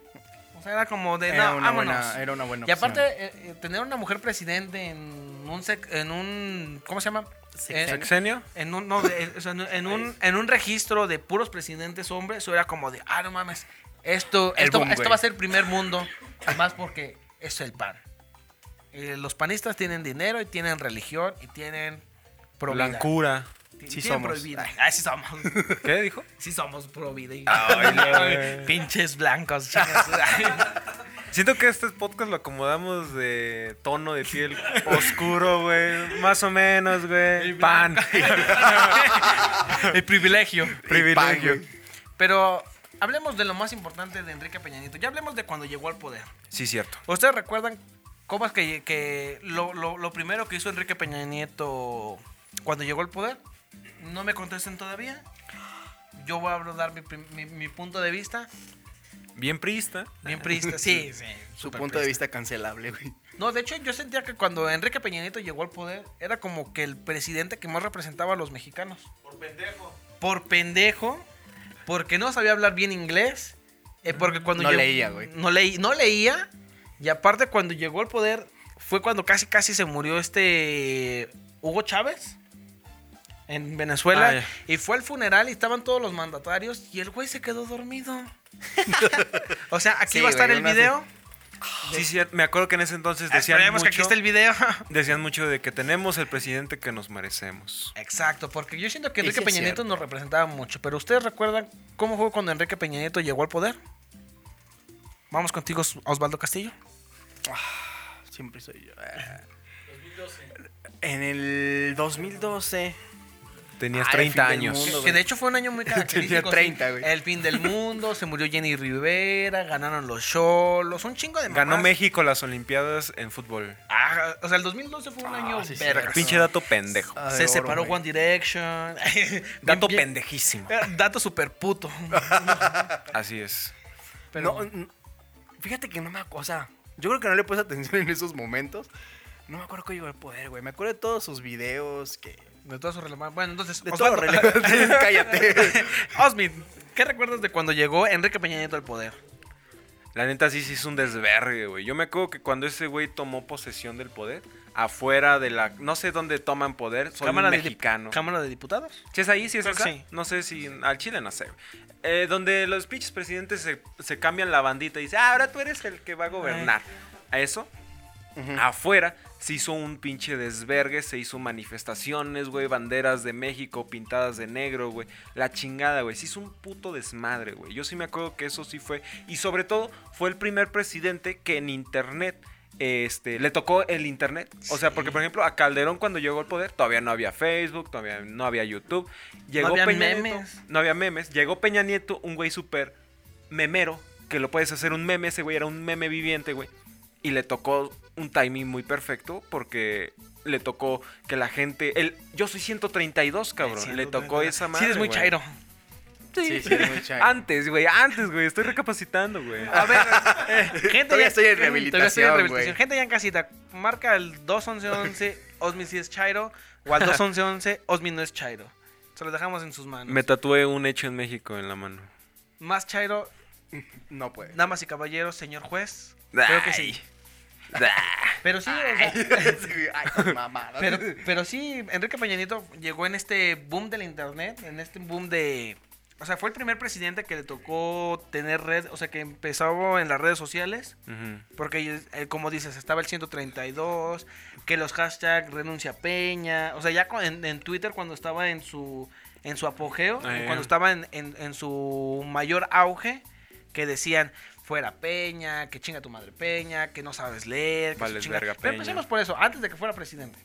C: O sea, era como de,
B: Era
C: no,
B: una
C: vámonos.
B: buena- era una buena
C: Y aparte,
B: opción.
C: eh, eh, tener una mujer presidente en un, sec- en un ¿cómo se llama?
B: Sexenio.
C: En-
D: ¿Sexenio?
C: en un, no, de- eh, o sea, en, un, en un registro de puros presidentes hombres, eso era como de, ah, no mames, esto,
B: El
C: esto,
B: boom,
C: esto
B: güey.
C: va a ser primer mundo, más porque es el pan. Eh, los panistas tienen dinero y tienen religión y tienen pro vida.
D: Blancura.
C: Ti-
B: Sí
C: tienen
B: somos.
C: pro vida. Ah, sí somos.
D: ¿Qué dijo?
C: Sí somos pro vida.
D: Ay, no.
C: Pinches blancos, chicas.
D: Siento que este podcast lo acomodamos de tono de piel oscuro, güey. Más o menos, güey. Pan.
C: el privilegio.
D: Privilegio.
B: güey.
C: Pero hablemos de lo más importante de Enrique Peña Nieto. Ya hablemos de cuando llegó al poder.
D: Sí, cierto.
C: ¿Ustedes recuerdan cómo es que, que lo, lo- lo primero que hizo Enrique Peña Nieto cuando llegó al poder? No me contesten todavía. Yo voy a dar mi, prim- mi- mi punto de vista.
D: Bien priista.
C: Bien priista, sí, sí.
B: Su
C: súper
B: punto de
C: priista.
B: vista cancelable, güey.
C: No, de hecho, yo sentía que cuando Enrique Peña Nieto llegó al poder, era como que el presidente que más representaba a los mexicanos.
D: Por pendejo.
C: Por pendejo, porque no sabía hablar bien inglés, eh, porque cuando
B: No
C: llegó-
B: leía, güey.
C: No, leí- no leía, y aparte cuando llegó al poder, fue cuando casi casi se murió este Hugo Chávez en Venezuela.
D: Ah, ya.
C: y fue al funeral y estaban todos los mandatarios y el güey se quedó dormido. o sea, aquí
B: Sí,
C: va a estar
B: güey,
C: el
B: no hace-
C: video.
D: Sí, sí, me acuerdo que en ese entonces decían
C: Ah, Esperemos
D: mucho,
C: que aquí esté el video.
D: decían mucho de que tenemos el presidente que nos merecemos.
C: Exacto, porque yo siento que
B: Y sí
C: Enrique
B: es
C: Peña Nieto
B: cierto.
C: nos representaba mucho, pero ustedes recuerdan cómo fue cuando Enrique Peña Nieto llegó al poder. Vamos contigo, Os- Osvaldo Castillo.
B: Siempre soy yo.
E: 2012.
B: En el 2012.
D: Tenías
B: Ah, el
D: 30
B: fin del
D: años.
B: mundo.
C: Que de hecho fue un año muy característico.
B: Tenía 30,
C: sí.
B: güey.
C: El fin del mundo, se murió Jenny Rivera, ganaron los Cholos, un chingo de
D: Ganó
C: mamás.
D: México las Olimpiadas en fútbol.
C: Ah, o sea, el 2012 fue un año
B: sí,
C: verga.
B: cierto.
D: Pinche dato pendejo.
B: Ah, de
C: se
B: oro,
C: separó
B: güey.
C: One Direction.
D: Dato
C: Bien-
D: pendejísimo.
C: bien- Dato super puto.
D: Así es.
C: Pero
B: No, n- fíjate que no me acuerdo. O sea, yo creo que no le puse atención en esos momentos. No me acuerdo que llegó al poder, güey. Me acuerdo de todos sus videos que.
C: de todas sus relevancias. Bueno, entonces,
B: De todo
C: Osvaldo-
B: relevante. Cállate.
C: Osmin, ¿qué recuerdas de cuando llegó Enrique Peña Nieto al poder?
D: La neta sí, sí es un desvergue, güey. Yo me acuerdo que cuando ese güey tomó posesión del poder, afuera de la... No sé dónde toman poder, soy un
C: de Dip-
D: mexicano.
C: Cámara de Diputados.
D: Si es ahí, si es
C: Creo que
D: acá.
C: sí.
D: No sé si al Chile no sé. güey. Eh, donde los pinches presidentes se, se cambian la bandita y dicen, "Ah, ahora tú eres el que va a gobernar. A eso, afuera, se hizo un pinche desvergue, se hizo manifestaciones, güey, banderas de México pintadas de negro, güey. La chingada, güey. Se hizo un puto desmadre, güey. Yo sí me acuerdo que eso sí fue. Y sobre todo, fue el primer presidente que en internet. Este, le tocó el internet. O sea, porque por ejemplo, a Calderón cuando llegó al poder todavía no había Facebook, todavía no había YouTube. Llegó
C: había
D: Peña Nieto-
C: memes.
D: no había memes. Llegó Peña Nieto, un güey súper memero, que lo puedes hacer un meme, ese güey era un meme viviente, güey. Y le tocó un timing muy perfecto porque le tocó que la gente... El, yo soy 132, cabrón. Le tocó esa madre.
C: sí, eres muy
D: güey.
C: chairo.
B: Sí, sí, es muy chairo.
C: Ah.
D: Antes, güey, antes, güey. Estoy recapacitando, güey.
C: A ver, eh, gente.
B: Todavía
C: ya-
B: estoy
C: todavía
B: en rehabilitación, güey.
C: Gente ya en casita, marca el 21111, Osmin sí es chairo, o al 21111, Osmin no es chairo. Se lo dejamos en sus manos.
D: Me tatué un hecho en México en la mano.
C: Más chairo,
B: No puede.
C: damas y caballeros, señor juez. Creo que sí. Pero sí, o sea,
B: Sí, Ay, mamada.
C: Pero, pero sí, Enrique Peña Nieto llegó en este boom del internet, en este boom de... O sea, fue el primer presidente que le tocó tener red, o sea, que empezó en las redes sociales,
D: Ujú.
C: porque eh, como dices, estaba el 132, que los hashtags renuncia Peña, o sea, ya cu- en, en Twitter cuando estaba en su, en su apogeo,
D: Ah, ya.
C: cuando estaba en, en- en su mayor auge, que decían fuera Peña, que chinga tu madre Peña, que no sabes leer, que su
D: Vales
C: chinga-
D: verga,
C: Pero
D: Peña.
C: empecemos por eso, antes de que fuera presidente.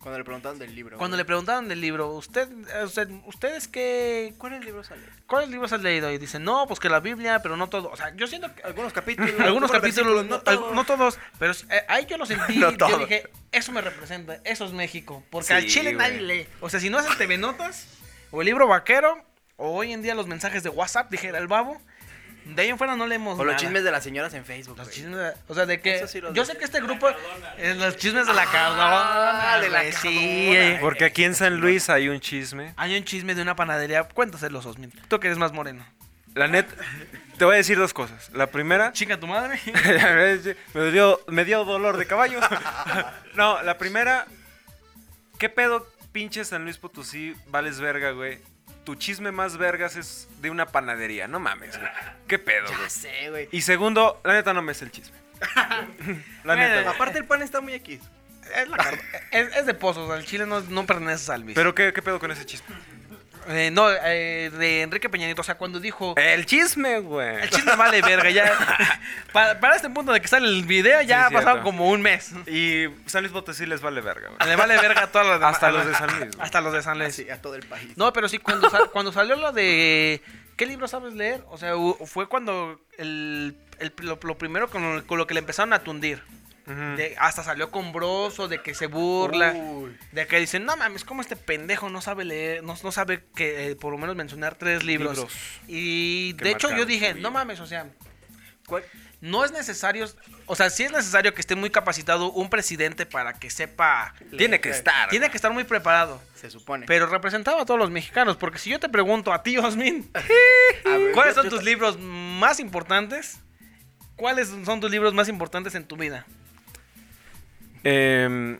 B: Cuando le preguntaron del libro.
C: Cuando le
B: güey.
C: preguntaron del libro, ¿usted, eh, usted, ¿ustedes qué?
B: ¿Cuál libro sale?
C: ¿Cuáles libros has leído? Y dicen, no, pues que la Biblia, pero no todo. O sea, yo siento que
B: Algunos capítulos.
C: algunos capítulos,
B: versículos,
C: no,
B: todo.
C: al- no todos, pero eh, ahí yo lo sentí.
B: No
C: yo
B: todo.
C: dije, eso me representa, eso es México. Porque
D: Sí,
C: al Chile
D: güey.
C: nadie lee. O sea, si no es el TV Notas, o el libro vaquero, o hoy en día los mensajes de WhatsApp, dijera el babo, de ahí en fuera no leemos
B: O los
C: nada.
B: chismes de las señoras en Facebook.
C: Los
B: güey.
C: chismes de- o sea, de que.
B: Eso sí los
C: yo
B: de-
C: sé que este grupo. eh, los chismes de la cardona.
B: de la
C: sí.
B: Cardona.
D: Porque aquí en San Luis hay un chisme.
C: Hay un chisme de una panadería. Cuéntaselos, Osmin. Tú que eres más moreno.
D: La neta, te voy a decir dos cosas. La primera,
C: Chinga tu madre.
D: me, dio, me dio dolor de caballo. no, la primera, ¿qué pedo, pinche San Luis Potosí, vales verga, güey? Tu chisme más vergas es de una panadería, no mames, güey. ¿Qué pedo,
B: Ya
D: güey?
B: sé, güey.
D: Y segundo, la neta no me es el chisme. la neta. güey.
B: Aparte, el pan está muy X.
C: es, la card- es- es de pozos. O sea, el chile no, no pertenece a Salvis.
D: Pero ¿qué, qué pedo con ese chisme?
C: Eh, no, eh, de Enrique Peña Nieto. O sea, cuando dijo.
D: El chisme, güey.
C: El chisme vale verga. Ya. para, para este punto de que sale el video, ya
D: Sí,
C: ha pasado
D: cierto.
C: como un mes.
D: Y San Luis Potosí les vale verga, güey.
C: Le vale verga a todas las demás-
D: Hasta los de San Luis, güey.
C: Hasta los de San Luis.
B: Sí, a todo el país.
C: No, pero sí, cuando, sal- cuando salió lo de. ¿Qué libro sabes leer? O sea, u- fue cuando el, el- lo, lo primero con lo, con lo que le empezaron a tundir.
D: Ujú.
C: De- hasta salió combroso, de que se burla.
B: Uy.
C: De que dicen, no mames, como este pendejo no sabe leer, no, no sabe que eh, por lo menos mencionar tres libros.
D: Libros.
C: Y
D: Que
C: de hecho yo
D: marcaron su
C: dije,
D: vida.
C: no mames, o sea,
B: ¿Cuál?
C: no es necesario, o sea, sí es necesario que esté muy capacitado un presidente para que sepa,
F: Tiene que estar.
C: tiene que estar muy preparado.
B: Se supone.
C: Pero representaba a todos los mexicanos, porque si yo te pregunto a ti, Osmin,
B: A ver,
C: ¿cuáles
B: yo-
C: son
B: yo-
C: tus libros más importantes? ¿Cuáles son tus libros más importantes en tu vida?
D: Em,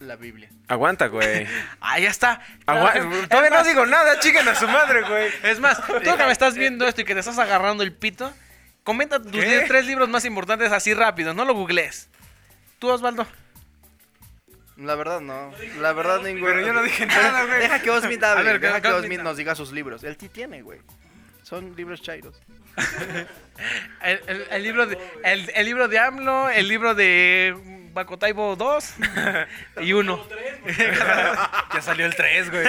B: La Biblia.
D: aguanta, güey.
C: Ah, ya está.
D: Agua-
C: Es
D: Todavía no
C: más-
D: digo nada, chiquen a su madre, güey.
C: Es más, tú que me estás viendo esto y que te estás agarrando el pito, comenta tus
D: ¿Qué?
C: li- tres libros más importantes así rápido, no lo googlees. Tú, Osvaldo.
B: La verdad no. La verdad ninguno.
D: Pero yo no dije nada, güey.
B: Deja que Osmit hable.
C: A ver,
B: deja
C: que
B: que
C: Osmit
B: Osmit
C: hable.
B: nos diga sus libros. Él sí tiene, güey. Son libros chairos.
C: El, el- el libro, de, el, el libro de AMLO, el libro de Bacotaibo 2 y uno.
D: Ya salió el 3, güey.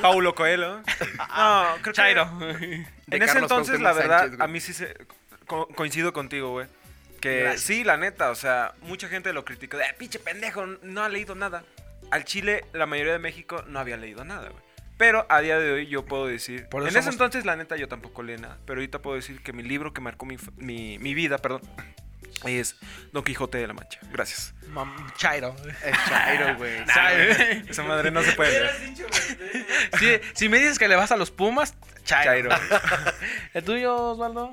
D: Paulo Coelho. No, creo que-
C: Chairo.
B: De
D: en ese
B: Carlos
D: entonces, la
B: Cuauhtémoc
D: verdad,
B: Sánchez, güey.
D: a mí sí se, co- coincido contigo, güey. Que
B: Gracias.
D: sí, la neta, o sea, mucha gente lo criticó. De, "Ah, pinche pendejo, no ha leído nada. Al Chile, la mayoría de México no había leído nada, güey. Pero a día de hoy yo puedo decir...
C: Por
D: en
C: eso
D: ese
C: somos-
D: entonces, la neta, yo tampoco leí nada. Pero ahorita puedo decir que mi libro que marcó mi, f- mi, mi vida, perdón, es Don Quijote de la Mancha. Gracias.
C: Mam- Chairo.
B: Es chairo, güey.
D: Esa madre no se puede leer.
C: Si, si me dices que le vas a los Pumas, Chairo.
D: Chairo.
C: ¿El tuyo, Osvaldo?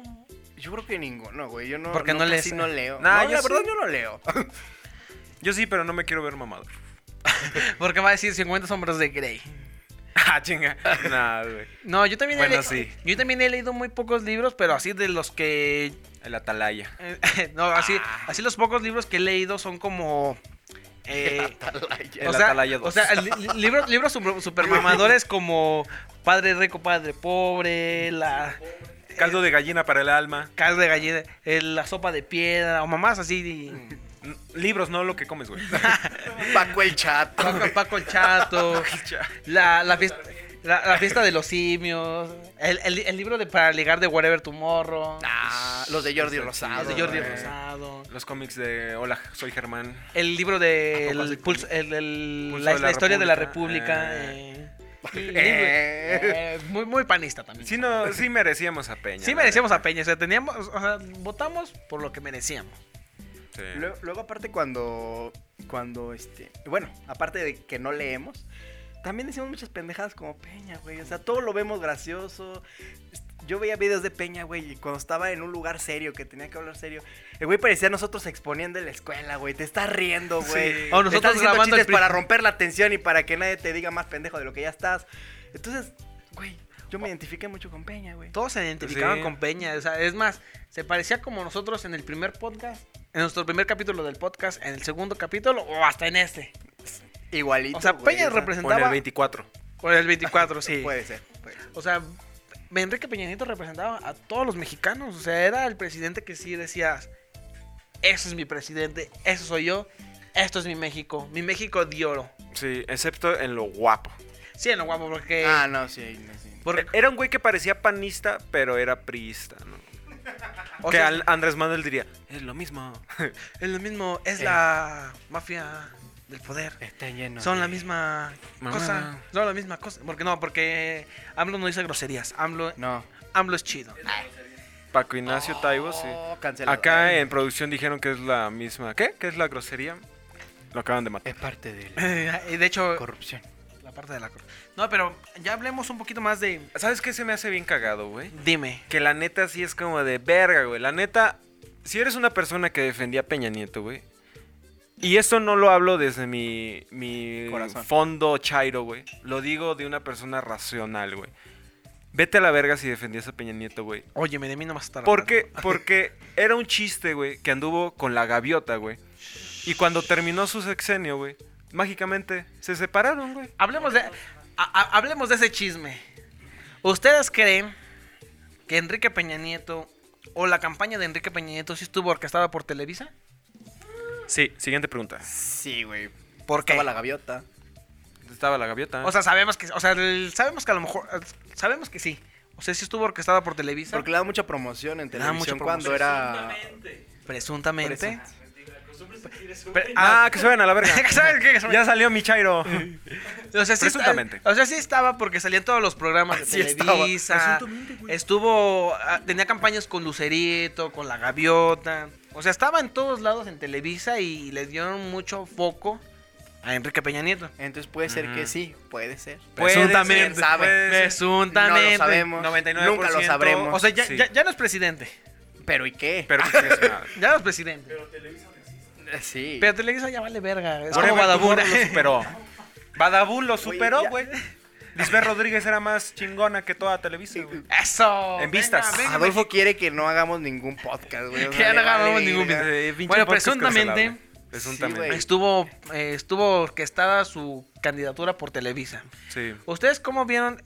B: Yo creo que ninguno, güey. Yo no,
C: Porque no
B: casi
C: lees. eh?
B: no leo.
D: Nah,
B: no,
D: yo
B: la
D: sí.
B: verdad yo no leo.
D: Yo sí, pero no me quiero ver mamado.
C: Porque va a decir 50 sombras de Grey.
D: ah, chinga. Nah, güey.
C: No, yo también, he
D: Bueno,
C: le-
D: sí.
C: yo también he leído muy pocos libros, pero así de los que
D: El atalaya.
C: Eh, no, así,
D: Ah.
C: así los pocos libros que he leído son como. eh,
D: El
C: o, sea,
D: Atalaya dos.
C: o sea, li- li- libros, libros super, mamadores como Padre Rico, Padre Pobre, La
D: Caldo de gallina para el alma.
C: Casa de Gallina, eh, La Sopa de Piedra, o mamás así. de-
D: N- Libros, no lo que comes, güey.
B: Paco el chato.
C: Paco, Paco el Chato, la, la fiesta, la, la fiesta de los simios, el, el- el libro de Para Ligar de Whatever Tomorrow,
B: Ah, los de Jordi Rosado.
C: los de Jordi
B: güey.
C: Rosado.
D: Los cómics de Hola, soy Germán.
C: El libro de
B: Tampoco
C: el
B: hace
C: pulso- el- el-
D: Pulso
C: la,
D: de la
C: la historia de la
D: República.
C: República. eh. Y-
B: Eh.
C: eh, muy, muy panista también.
D: Sí,
C: Sí,
D: no, sí merecíamos a Peña. la
C: merecíamos a Peña. O sea, teníamos, o sea, votamos por lo que merecíamos.
D: neta. Sí.
B: Luego, luego aparte cuando cuando este, bueno, aparte de que no leemos, también decimos muchas pendejadas como Peña, güey, o sea, todo lo vemos gracioso. Yo veía videos de Peña, güey, y cuando estaba en un lugar serio, que tenía que hablar serio, el güey parecía a nosotros exponiendo en la escuela, güey, te estás riendo, güey.
D: Sí.
C: O
B: Te
C: nosotros
B: estás haciendo
C: grabando el
B: chistes
C: pri-
B: para romper la tensión y para que nadie te diga más pendejo de lo que ya estás. Entonces, güey, yo me identifiqué mucho con Peña, güey.
C: Todos se identificaban
D: Sí.
C: con Peña. O sea, es más, se parecía como nosotros en el primer podcast, en nuestro primer capítulo del podcast, en el segundo capítulo o hasta en este.
B: Igualito.
C: O sea, Peña
B: güey, o sea,
D: O en el
C: representaba.
D: 24.
C: Por el 24, sí.
D: Pues.
B: Puede ser. puede ser.
C: O sea, Enrique Peña Nieto representaba a todos los mexicanos. O sea, era el presidente que sí decías, eso es mi presidente, eso soy yo, esto es mi México, mi México de oro.
D: Sí, excepto en lo guapo. E,
C: Sí, no, guapo, porque...
B: Ah, no, sí, no, sí.
C: porque-
D: Era un güey que parecía panista, pero era priista, ¿no?
C: o
D: que
C: sea,
D: al- Andrés Manuel diría, es lo mismo.
C: es lo mismo, es
B: Eh.
C: la mafia del poder.
B: Está lleno.
C: Son
B: de-
C: la misma
D: Mamá.
C: cosa. Son la misma cosa. Porque no, porque AMLO no dice groserías. AMLO,
B: No.
C: AMLO es chido.
D: Paco Ignacio Taibo, sí.
B: Oh, cancelado.
D: Acá en producción dijeron que es la misma. ¿Qué? ¿Qué es la grosería? Lo acaban de matar.
B: Es parte de la
C: Y de hecho,
B: corrupción.
C: la parte de la cor- No, pero ya hablemos un poquito más de...
D: ¿Sabes qué se me hace bien cagado, güey?
C: Dime.
D: Que la neta sí es como de verga, güey. La neta, si eres una persona que defendía a Peña Nieto, güey. Y esto no lo hablo desde mi, mi
B: Corazón.
D: fondo chairo, güey. Lo digo de una persona racional, güey. Vete a la verga si defendías a Peña Nieto, güey.
C: Óyeme, de mí no vas a estar
D: Porque, porque era un chiste, güey, que anduvo con la gaviota, güey. Y cuando terminó su sexenio, güey, mágicamente se separaron, güey.
C: Hablemos de, ha- ha- hablemos de ese chisme. ¿Ustedes creen que Enrique Peña Nieto o la campaña de Enrique Peña Nieto sí estuvo orquestada por Televisa?
D: Sí, siguiente pregunta.
B: Sí, güey.
C: ¿Por qué?
B: Estaba la gaviota.
D: Estaba la gaviota.
C: O sea, sabemos que, o sea, el- sabemos que a lo mejor, sabemos que sí. O sea, sí estuvo orquestada por Televisa,
B: Porque le daba mucha promoción en
C: daba
B: televisión
C: mucha
B: cuando era.
C: presuntamente.
B: Presunto.
E: presumes que eres un
C: Pero-
E: güey.
D: Ah, que suena a la verga.
C: ¿Saben qué? Que suena.
D: Ya salió mi chairo.
C: O sea, sí está-
D: Presuntamente.
C: o sea, sí estaba porque salía en todos los programas de
D: Así estaba.
C: Televisa. Estuvo, ah, tenía campañas con Lucerito, con La Gaviota. O sea, estaba en todos lados en Televisa y le dieron mucho foco a Enrique Peña Nieto.
B: Entonces puede ser que sí, puede ser.
D: Presuntamente.
B: ¿Quién sabe?
D: puede ser.
C: Presuntamente.
B: No lo sabemos.
D: 99%.
B: Nunca lo sabremos.
C: O sea, ya,
D: Sí.
C: ya- ya no es presidente.
B: Pero ¿y qué?
D: Pero que es una-
C: Ya no es presidente.
B: sí.
C: Pero Televisa ya vale verga. Es
D: Whatever,
C: como Badabun.
D: Tomorrow lo superó. Badabú lo superó,
B: ya.
D: güey. Lisbeth Rodríguez era más chingona que toda Televisa, güey.
C: Eso.
D: En vistas.
C: venga,
B: Adolfo quiere que no hagamos ningún podcast, güey. o
C: Que ya
B: sea,
C: no
B: le vale
C: hagamos ningún
B: verga.
D: Eh, pinche
C: Bueno,
D: podcast
C: presuntamente-
D: cancelable.
B: Sí, güey.
D: Presuntamente.
C: Estuvo, eh, estuvo orquestada su candidatura por Televisa.
D: Sí.
C: ¿Ustedes cómo vieron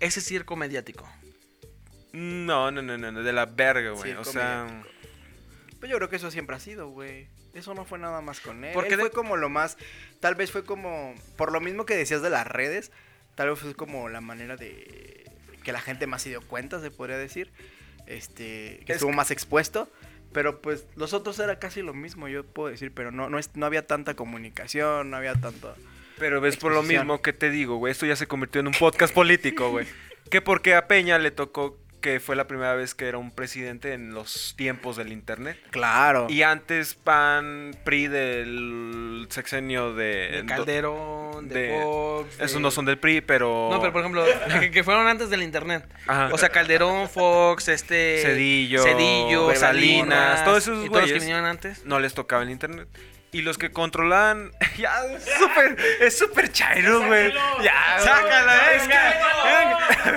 C: ese circo mediático?
D: No, no, no, no, no, de la verga, güey.
B: Circo
D: o sea,
B: Pues yo creo que eso siempre ha sido, güey. Eso no fue nada más con él.
C: Porque
B: Él
C: de-
B: fue como lo más. Tal vez fue como. Por lo mismo que decías de las redes, tal vez fue como la manera de. Que la gente más se dio cuenta, se podría decir. Este. Que
D: Es
B: estuvo más expuesto. Pero pues los otros era casi lo mismo, yo puedo decir. Pero no, no, es, no había tanta comunicación, no había tanto.
D: pero ves por lo
B: Exposición.
D: mismo que te digo, güey. Esto ya se convirtió en un podcast político, güey. Que porque a Peña le tocó que fue la primera vez que era un presidente en los tiempos del internet.
C: Oh.
B: Claro.
D: Y antes PAN, PRI del sexenio de...
C: De Calderón, de,
D: de-
C: Fox.
D: Esos
C: de-
D: no son del PRI, pero...
C: No, pero por ejemplo, que, que fueron antes del internet.
D: Ajá.
C: O sea, Calderón, Fox, este.
D: Cedillo,
C: Cedillo,
D: Salinas,
C: Salinas.
D: todos esos
C: y todos los que
D: güeyes.
C: vinieron antes.
D: no les tocaba el internet. Y los que controlaban. ya, es súper. Es súper chairo, güey.
E: Sácalo.
D: Ya,
C: Sácalo,
D: güey.
C: eh,
D: Es que-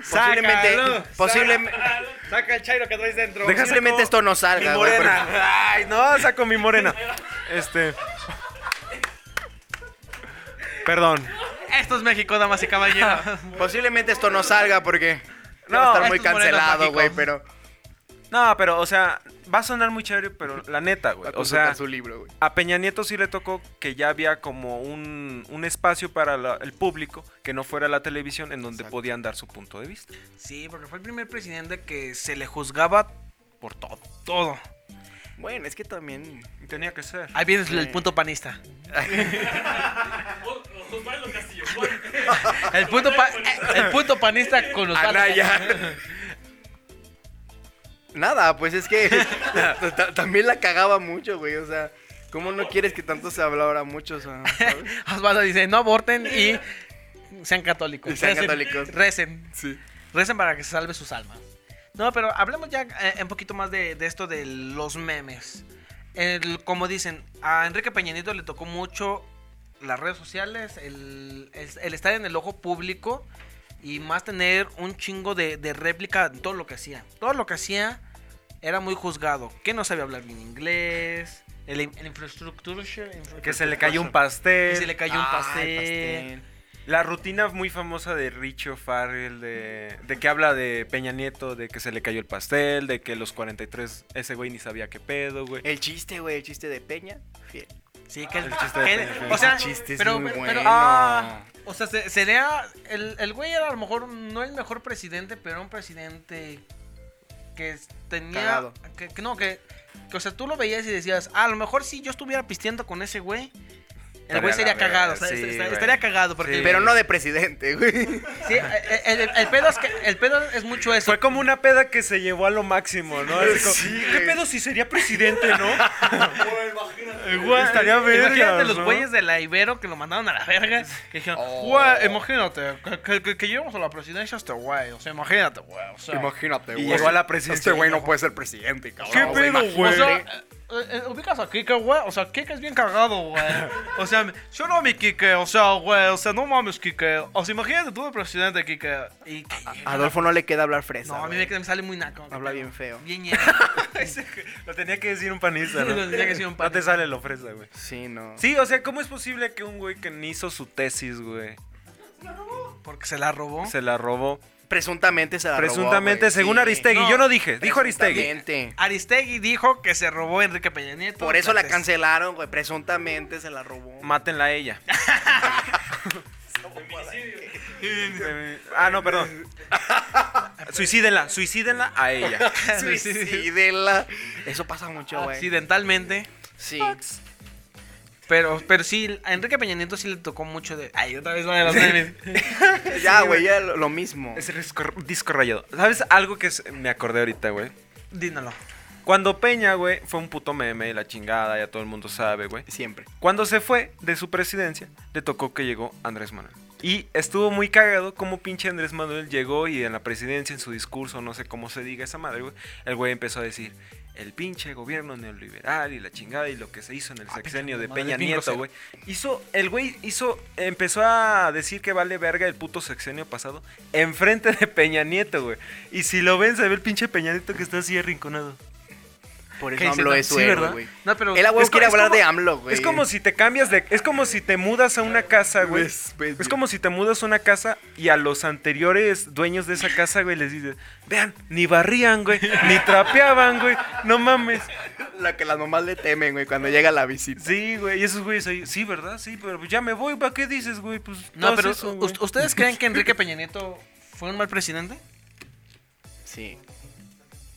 B: posiblemente.
D: Sácalo.
B: posiblem-
C: Saca el chairo que traes dentro.
D: Deja
B: posiblemente
D: saco
B: esto no
D: Mi
B: salga, güey.
D: morena. Ay, no, saco mi morena. Este. Perdón.
C: Esto es México, damas y caballeros.
B: porque- Posiblemente esto no salga porque.
D: No,
B: No, va a estar muy
C: estos morenos
B: cancelado,
C: mágicos.
B: güey, pero.
D: No, pero, o sea, va a sonar muy chévere, pero la neta,
B: va
D: güey.
B: a
D: O
B: consultar
D: sea,
B: su libro, güey.
D: A Peña Nieto sí le tocó que ya había como un, un espacio para la- el público que no fuera la televisión en donde podían dar su punto de vista.
C: sí, porque fue el primer presidente que se le juzgaba por todo. Todo.
B: Bueno, es que también.
D: Y tenía que ser.
C: Ahí viene el punto panista.
E: O- o- Osvaldo Castillo Juan.
C: El punto, pa- el punto panista con los
B: Anaya. Nada, pues es que ta- ta- también la cagaba mucho, güey. O sea, ¿cómo no quieres que tanto se hablara mucho? O sea, ¿sabes?
C: Osvaldo dice, no aborten y sean católicos.
B: Y sean
C: Recen,
B: católicos.
C: Recen.
B: Sí.
C: Recen para que se salve sus almas. No, pero hablemos ya eh, un poquito más de, de esto de los memes. El- como dicen, a Enrique Peña Nieto le tocó mucho las redes sociales, el, el- el estar en el ojo público y más tener un chingo de, de réplica en todo lo que hacía. Todo lo que hacía era muy juzgado. Que no sabía hablar bien inglés, el, el infraestructura...
D: Que se le cayó un pastel.
C: Y se le cayó un
B: Ah, el
C: pastel.
D: La rutina muy famosa de Richo Farrell, de, de que habla de Peña Nieto, de que se le cayó el pastel, de que los 43, ese güey ni sabía qué pedo, güey.
B: El chiste, güey, el chiste de Peña. Fiel.
C: Sí, que el,
D: El chiste de
C: que-
D: Peña Nieto.
C: O sea,
B: Ese chiste es
C: pero,
B: muy
C: pero-
B: bueno.
C: ah, o sea, se- sería. El, el güey era a lo mejor no el mejor presidente, pero era un presidente que es- tenía.
B: Cagado.
C: Que, que no, que, que, O sea, tú lo veías y decías, ah, a lo mejor si yo estuviera pisteando con ese güey. El
D: Estaría
C: güey sería
D: la verga,
C: cagado, o sea,
D: sí,
C: est- est-
D: güey.
C: estaría cagado porque
D: Sí.
B: Pero no de presidente, güey.
C: sí, eh, el, el- el pedo es que el pedo es mucho eso.
D: Fue como una peda que se llevó a lo máximo, ¿no? Así como,
B: Sí,
D: ¿Qué
B: güey.
D: pedo si sería presidente, no?
C: Güey,
D: Estaría vergas,
C: Imagínate los
D: ¿no?
C: güeyes de la Ibero que lo mandaron a la verga. Que dijeron,
B: Oh.
C: güey, imagínate, que, que, que- que llevamos a la presidencia este güey. O sea, imagínate, güey. O sea,
B: Imagínate,
D: Y llegó a la presidencia.
B: Este güey no puede ser presidente, cabrón.
D: ¿Qué pedo,
C: o
D: güey?
C: sea, eh, eh, ubicas a Kike, güey. O sea, Kike es bien cagado, güey. O sea, me- yo no mi Kike, o sea, güey. O sea, no mames, Kike. O sea, imagínate tú de presidente, Kike. Y que llega-
B: A Adolfo no le queda hablar fresa.
C: No, a mí
B: güey.
C: me, me sale muy naco.
B: Habla bien feo.
C: Bien ñero.
D: Lo tenía que decir un panista, ¿no?
C: Lo tenía que decir un
D: No te sale la ofrenda, güey.
B: Sí, no.
D: Sí, o sea, ¿cómo es posible que un güey que ni hizo su tesis, güey,
C: Porque se la robó.
D: se la robó?
B: Presuntamente se la robó,
D: Presuntamente,
B: güey,
D: según
B: sí.
D: Aristegui.
C: No,
D: Yo no dije, dijo Aristegui.
B: Presuntamente.
C: Aristegui dijo que se robó a Enrique Peña Nieto.
B: Por eso la
C: Entonces-
B: cancelaron, güey. Presuntamente se la robó.
D: Mátenla a ella. ah, no, perdón. suicídenla, suicídenla a ella.
B: Suicídela. Eso pasa mucho, güey.
C: Ah, accidentalmente.
F: Sí.
C: Pero, pero sí, a Enrique Peña Nieto sí le tocó mucho de. Ay, otra vez la de los memes.
F: Ya, güey, ya lo, lo mismo.
D: Es disco, disco rayado. ¿Sabes algo que se- me acordé ahorita, güey?
C: Dínoslo.
D: Cuando Peña, güey, fue un puto meme, la chingada, ya todo el mundo sabe, güey.
F: Siempre.
D: Cuando se fue de su presidencia, le tocó que llegó Andrés Manuel. Y estuvo muy cagado como pinche Andrés Manuel llegó y en la presidencia, en su discurso, no sé cómo se diga esa madre, güey, el güey empezó a decir, el pinche gobierno neoliberal y la chingada y lo que se hizo en el sexenio de
C: Ah, madre,
D: Peña
C: es bien
D: Nieto,
C: grosero.
D: güey. Hizo, el güey hizo, empezó a decir que vale verga el puto sexenio pasado enfrente de Peña Nieto, güey. Y si lo ven, se ve el pinche Peña Nieto que está así arrinconado.
F: Por
C: ¿Qué
F: eso
C: dice?
F: AMLO es su
D: Sí,
F: héroe,
D: ¿verdad?
F: güey.
C: No, pero.
F: El agua
D: Es co-
F: quiere
D: es
F: hablar
D: como-
F: de AMLO, güey.
D: Es como si te cambias de. Es como si te mudas a una casa, güey.
F: Ves, ves,
D: Es como si te mudas a una casa y a los anteriores dueños de esa casa, güey, les dices, vean, ni barrían, güey, ni trapeaban, güey, no mames.
F: La que las mamás le temen, güey, cuando llega la visita.
D: Sí, güey, y esos güeyes ahí, sí, ¿verdad? Sí, pero ya me voy, ¿para qué dices, güey? Pues
C: no,
D: haz
C: pero
D: eso, güey".
C: ¿ust- ¿ustedes creen que Enrique Peña Nieto fue un mal presidente?
F: Sí.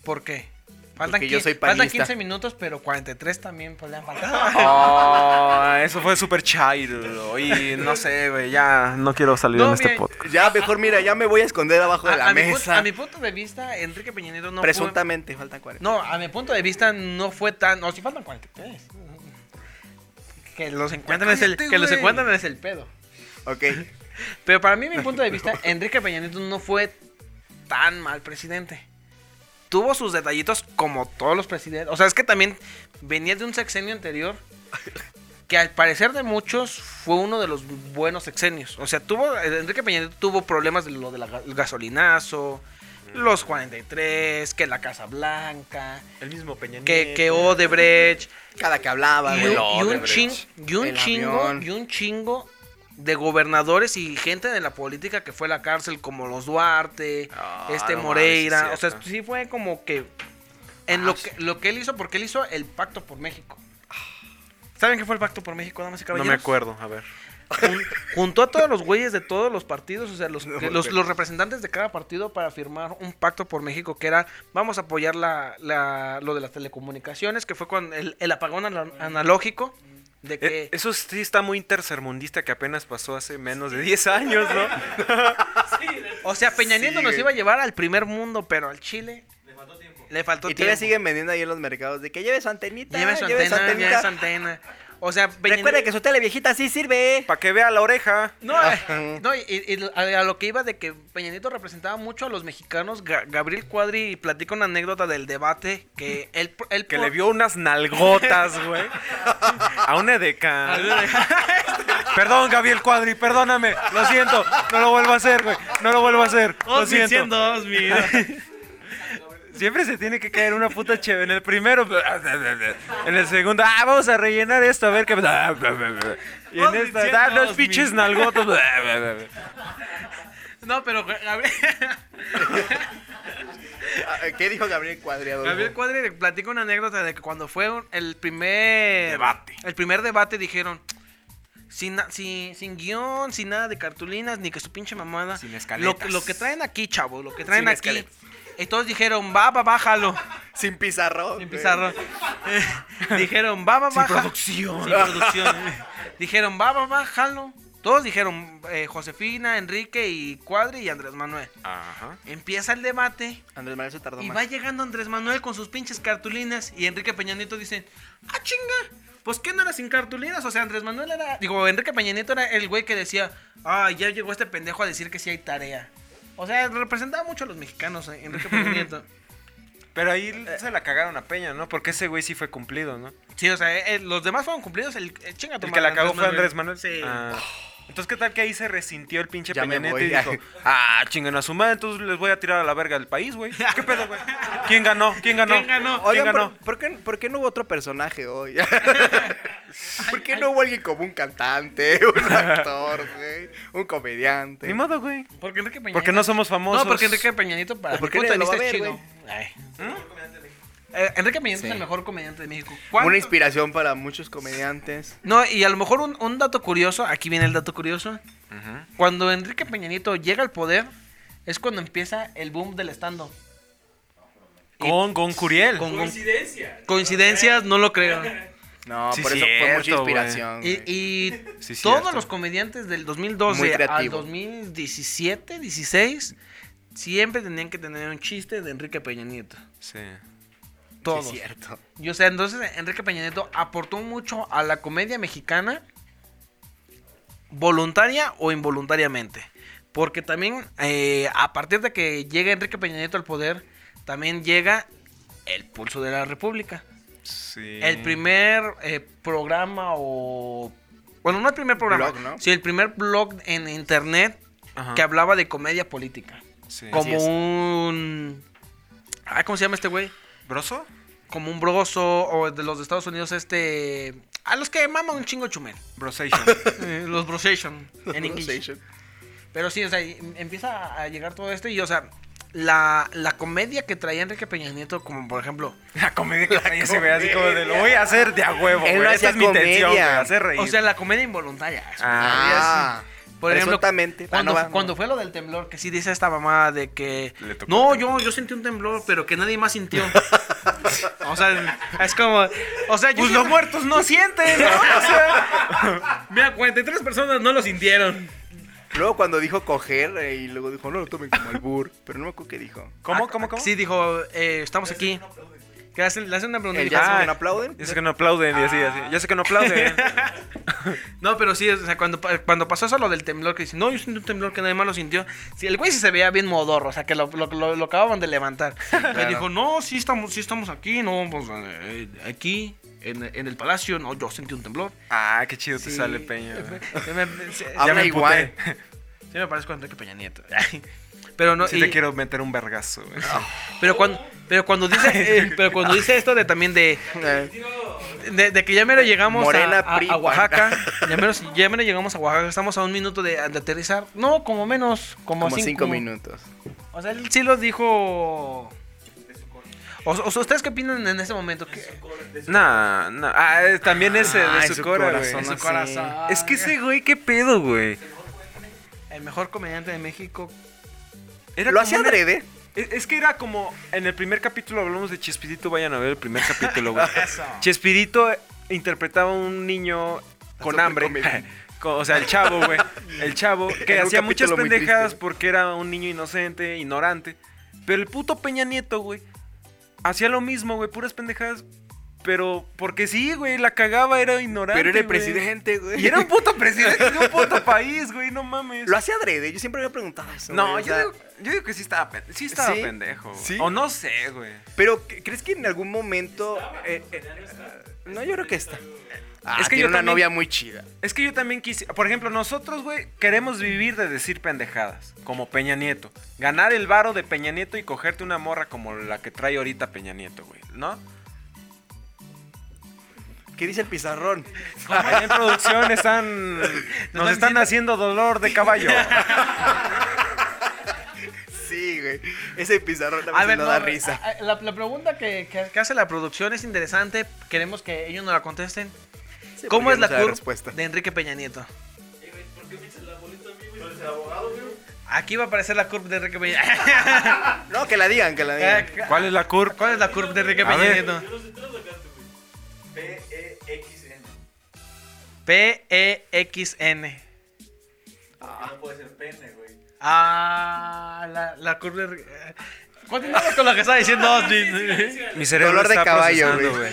C: ¿Por qué? Faltan,
F: Porque yo
C: quin-
F: soy
C: faltan
F: panista.
C: 15 minutos, pero 43 también pues, le han faltado.
D: Ah, eso fue super chido. Y no sé, güey, ya no quiero salir
C: No,
D: en este
C: mira,
D: podcast.
F: Ya, mejor mira, ya me voy a esconder abajo de
C: A,
F: la
C: a mi pu-
F: mesa.
C: a mi punto de vista, Enrique Peña Nieto no fue...
F: Presuntamente, faltan 40.
C: No, a mi punto de vista no fue tan... No, si faltan 43. Que los encuentran, es el,
D: cállate,
C: que los
D: güey.
C: encuentran es el pedo.
F: Ok.
C: Pero para mí, mi punto de vista, Enrique Peña Nieto no fue tan mal presidente. Tuvo sus detallitos como todos los presidentes. O sea, es que también venía de un sexenio anterior que al parecer de muchos fue uno de los buenos sexenios. O sea, tuvo Enrique Peña Nieto tuvo problemas de lo del gasolinazo, los 43, que la Casa Blanca,
D: El mismo Peña
C: que, que Odebrecht,
F: Cada que hablaba,
C: y,
F: güey.
C: un- y un,
D: Odebrecht.
C: chin- y un
F: El
C: chingo,
F: avión.
C: y un chingo de gobernadores y gente de la política que fue a la cárcel, como los Duarte,
D: Ah,
C: este
D: no mames,
C: Moreira.
D: sí es
C: o sea,
D: cierto. Ah,
C: sí fue como que. En lo que, lo que él hizo, porque él hizo el Pacto por México. ¿Saben qué fue el Pacto por México, damas y
D: No
C: caballeros?
D: me acuerdo, a ver.
C: Jun- juntó a todos los güeyes de todos los partidos, o sea, los, que- los, los representantes de cada partido para firmar un pacto por México que era, vamos a apoyar la, la- lo de las telecomunicaciones, que fue con el, el apagón ana- analógico, de
D: Eh,
C: que...
D: Eso sí está muy intersermundista que apenas pasó hace menos de 10 años, ¿no?
C: o sea, Peña Nieto nos iba a llevar al primer mundo, pero al Chile
E: Le faltó tiempo.
C: le faltó
F: Y todavía
C: tiempo.
F: siguen vendiendo ahí en los mercados de que lleve su antenita.
C: Lleve su
F: lleve
C: antena, lleve su antena. O sea, Peña
F: Recuerde que su tele viejita sí sirve.
D: Para que vea la oreja.
C: No, eh, no, y, y a, a lo que iba de que Peña Nieto representaba mucho a los mexicanos, Ga- Gabriel Cuadri platica una anécdota del debate que él... pro- él
D: Que
C: pro-
D: le vio unas nalgotas, güey. A una edecán. Perdón, Gabriel Cuadri, perdóname. Lo siento. No lo vuelvo a hacer, güey. No lo vuelvo a hacer. Lo siento. Siempre se tiene que caer una puta cheve. En el primero. En el segundo. Ah, vamos a rellenar esto. A ver qué. ah, Y en
C: Osmi, siento,
D: esta. Ah, los
C: Osmi.
D: pinches nalgotas. ah,
C: No, pero Ga- Gabriel,
F: Ah, ¿Qué dijo Gabriel Cuadriado?
C: Gabriel Cuadri platica una anécdota de que cuando fue un- el primer
D: Debate.
C: el primer debate dijeron sin, na- sin, sin guión, sin nada de cartulinas, ni que su pinche mamada.
D: Sin
C: lo,
D: escaletas.
C: lo que traen aquí, chavo, lo que traen
F: Sin
C: aquí.
F: escaletas.
C: Y todos dijeron, va, va, bájalo.
F: Sin pizarro.
C: Sin pizarro. dijeron, va, va, baja.
D: producción.
C: Sin producción. dijeron, va, va, bájalo. Todos dijeron, eh, Josefina, Enrique y Cuadri y Andrés Manuel.
D: Ajá.
C: Empieza el debate
F: Andrés Manuel se tardó
C: y
F: más.
C: va llegando Andrés Manuel con sus pinches cartulinas y Enrique Peña Nieto dice, ah, chinga, pues ¿qué no era sin cartulinas? O sea, Andrés Manuel era, digo, Enrique Peña Nieto era el güey que decía, ah, ya llegó este pendejo a decir que sí hay tarea. O sea, representaba mucho a los mexicanos, eh, Enrique Peña Nieto.
D: Pero ahí se la cagaron a Peña, ¿no? Porque ese güey sí fue cumplido, ¿no?
C: Sí, o sea, eh, eh, los demás fueron cumplidos, el, eh, chinga tu
D: El que
C: madre,
D: la cagó fue Andrés Manuel.
C: Sí.
D: Ah. Entonces, ¿qué tal que ahí se resintió el pinche
F: Ya me
D: Peña Nieto
F: voy,
D: y
F: ya.
D: dijo, ah, chingan a su madre, entonces les voy a tirar a la verga del país, güey? ¿Qué pedo, güey? ¿Quién ganó? ¿Quién ganó?
C: ¿Quién ganó?
D: ¿Quién
F: Oigan,
D: ganó?
F: ¿por, por qué, por qué no hubo otro personaje hoy? ¿Por qué no hubo alguien como un cantante, un actor, güey, un comediante?
D: Ni modo, güey.
C: Porque Enrique Peña
D: Porque no somos famosos.
C: No, porque Enrique Peña Nieto para
F: ¿O por
C: mi
F: qué
C: punto de
F: nadie lo
C: vista
F: va
C: es
F: a ver,
C: chido. ¿Mm? Eh, Enrique Peña Nieto es el mejor comediante de México. ¿Cuánto-
F: Una inspiración para muchos comediantes.
C: No, y a lo mejor un, un dato curioso, aquí viene el dato curioso.
D: Ujú.
C: Cuando Enrique Peña Nieto llega al poder, es cuando empieza el boom del stand-up.
D: Con Goncuriel.
C: Con-
E: Coincidencia.
C: Coincidencias, no lo creo.
F: No,
D: Sí,
F: por eso fue mucha
D: cierto, güey.
F: inspiración.
C: Y,
F: güey.
C: y
D: Sí,
C: todos
D: cierto.
C: los comediantes del
F: Muy
C: 2012 al
F: creativo.
C: 2017, 16, siempre tenían que tener un chiste de Enrique Peña Nieto.
D: Sí.
F: Sí,
C: Todos.
F: es cierto.
C: y o sea, entonces Enrique Peña Nieto aportó mucho a la comedia mexicana, voluntaria o involuntariamente. Porque también, eh, a partir de que llega Enrique Peña Nieto al poder, también llega el pulso de la República.
D: Sí.
C: El primer eh, programa o... Bueno, no el primer programa,
F: Blog, ¿no?
C: sí, el primer blog en internet
D: Ajá.
C: que hablaba de comedia política.
D: Sí.
C: Como un... Ah, ¿Cómo se llama este güey?
D: ¿Broso?
C: Como un broso o de los de Estados Unidos este... A los que mama un chingo chumel.
D: Brosation.
C: Eh, los brosation en inglés.
F: Conversation.
C: Pero sí, o sea, y- empieza a llegar todo esto y, o sea, la, la comedia que traía Enrique Peña Nieto, como por ejemplo...
D: La comedia que traía ese güey, así como de lo voy a hacer de a huevo.
F: Él
D: güey.
F: no hacía
D: Esta es mi intención, güey,
F: comedia.
D: hacer reír.
C: O sea, la comedia involuntaria.
F: Ah,
C: Por ejemplo,
F: Presuntamente. Ah,
C: cuando,
F: no va, no
C: cuando
F: va.
C: fue lo del temblor, que sí dice esta mamá de que...
D: Le tocó
C: No,
D: el
C: yo, yo sentí un temblor, pero que nadie más sintió. o sea, es como... O sea, yo
D: pues los
C: siempre-
D: muertos no sienten, ¿no? O sea,
C: Mira, 43 personas no lo sintieron.
F: Luego cuando dijo coger eh, y luego dijo, no lo tomen como albur. Pero no me acuerdo qué dijo.
D: ¿Cómo,
C: Ah,
D: cómo, cómo?
C: Sí, dijo, eh, estamos aquí. Que hacen, le hacen una pregunta. y
F: El
C: dijo,
F: ya se
C: "Ah,
F: me lo aplauden.
D: Ya sé que no aplauden y así, así. Ya sé que no aplauden.
C: No, pero sí, o sea, cuando, pa- cuando pasó eso lo del temblor, que dice, no, yo sentí un temblor que nadie más lo sintió. Sí, el güey sí se veía bien modorro, o sea, que lo, lo, lo- lo acababan de levantar. Le dijo, no, sí estamos, sí estamos aquí, no, pues eh, aquí, en, en el palacio, no, yo sentí un temblor.
D: ah, qué chido te
C: Sí.
D: sale, Peña.
C: Se me- se-
D: Ah.
F: Habla
C: ya me
F: igual.
C: emputé. Sí me parezco a Enrique Peña Nieto. Pero no,
D: Sí
C: y-
D: te quiero meter un vergazo, güey.
C: pero cuando, pero cuando dice, eh, pero cuando dice esto de también de,
F: Eh,
C: De, de que ya mero llegamos a-
F: Morena,
C: a,
F: PRI,
C: a Oaxaca. ya, mero, ya mero llegamos a Oaxaca. Estamos a un minuto de, de aterrizar. No, como menos. Como,
F: Como cinco minutos.
C: O sea, él sí lo dijo. O, o sea, ¿Ustedes qué opinan en este momento? ¿Qué-
D: Nah, nah. Ah, eh, también ese
F: Ay,
D: de su cora, güey.
F: corazón,
C: su
F: así.
C: corazón.
D: Es que ese güey, qué pedo, güey.
C: El mejor comediante de México.
D: Era
F: Lo
D: como
F: hacía
D: una-
F: adrede.
D: Es es que era como. En el primer capítulo hablamos de Chespirito. Vayan a ver el primer capítulo, güey. Chespirito interpretaba a un niño con
F: Súper
D: hambre.
F: cómico.
D: Con- o sea, el chavo, güey. El chavo que
F: Era un
D: hacía muchas
F: capítulo muy
D: pendejadas
F: triste, güey.
D: porque era un niño inocente, ignorante. Pero el puto Peña Nieto, güey. Hacía lo mismo, güey. Puras pendejadas. Pero porque sí, güey. La cagaba, era ignorante.
F: Pero era el
D: güey.
F: presidente, güey.
D: Y era un puto presidente de un puto país, güey. No mames.
F: Lo hacía adrede. Yo siempre me he preguntado eso.
D: No,
F: güey, o
D: yo
F: sea,
D: digo, yo digo que sí estaba, pen- sí estaba
F: ¿Sí?
D: pendejo. güey.
F: ¿Sí?
D: O no sé, güey.
F: Pero ¿cre- ¿crees que en algún momento... eh, eh, no, yo creo que está. Ah,
D: Es que
F: tiene
D: yo
F: una
D: también-
F: novia muy chida.
D: Es que yo también quise. Por ejemplo, nosotros, güey, queremos vivir de decir pendejadas. Como Peña Nieto. Ganar el varo de Peña Nieto y cogerte una morra como la que trae ahorita Peña Nieto, güey. ¿No?
F: ¿Qué dice el pizarrón?
D: Ahí en producción están. Nos están haciendo dolor de caballo.
F: Sí, güey. Ese pizarrón
C: A
F: también
C: ver,
F: no
C: no,
F: da
C: a-
F: risa.
C: a- La, la pregunta que, que- que hace la producción es interesante. Queremos que ellos nos la contesten.
F: Sí,
C: ¿Cómo
F: porque
C: es la
F: no sabe
C: curva
F: respuesta?
C: de Enrique Peña Nieto?
E: Eh, ¿Por qué me echas la bolita a mí, güey? ¿Tú eres el abogado, güey?
C: Aquí va a aparecer la curva de Enrique Peña.
F: No, que la digan, Eh, que la digan.
D: ¿Cuál es la curva?
C: ¿Cuál es la curva de Enrique
D: A
C: Peña
D: ver.
C: Nieto?
E: Yo no sé, tú lo sacaste, güey. P-E-X-N.
C: P-E-X-N.
E: No puede ser pene, güey.
C: Ah, la, la curva de... Continuamos con lo que estaba diciendo Austin.
D: Mi cerebro
F: Dolor de
D: está
F: caballo,
D: procesando,
F: güey.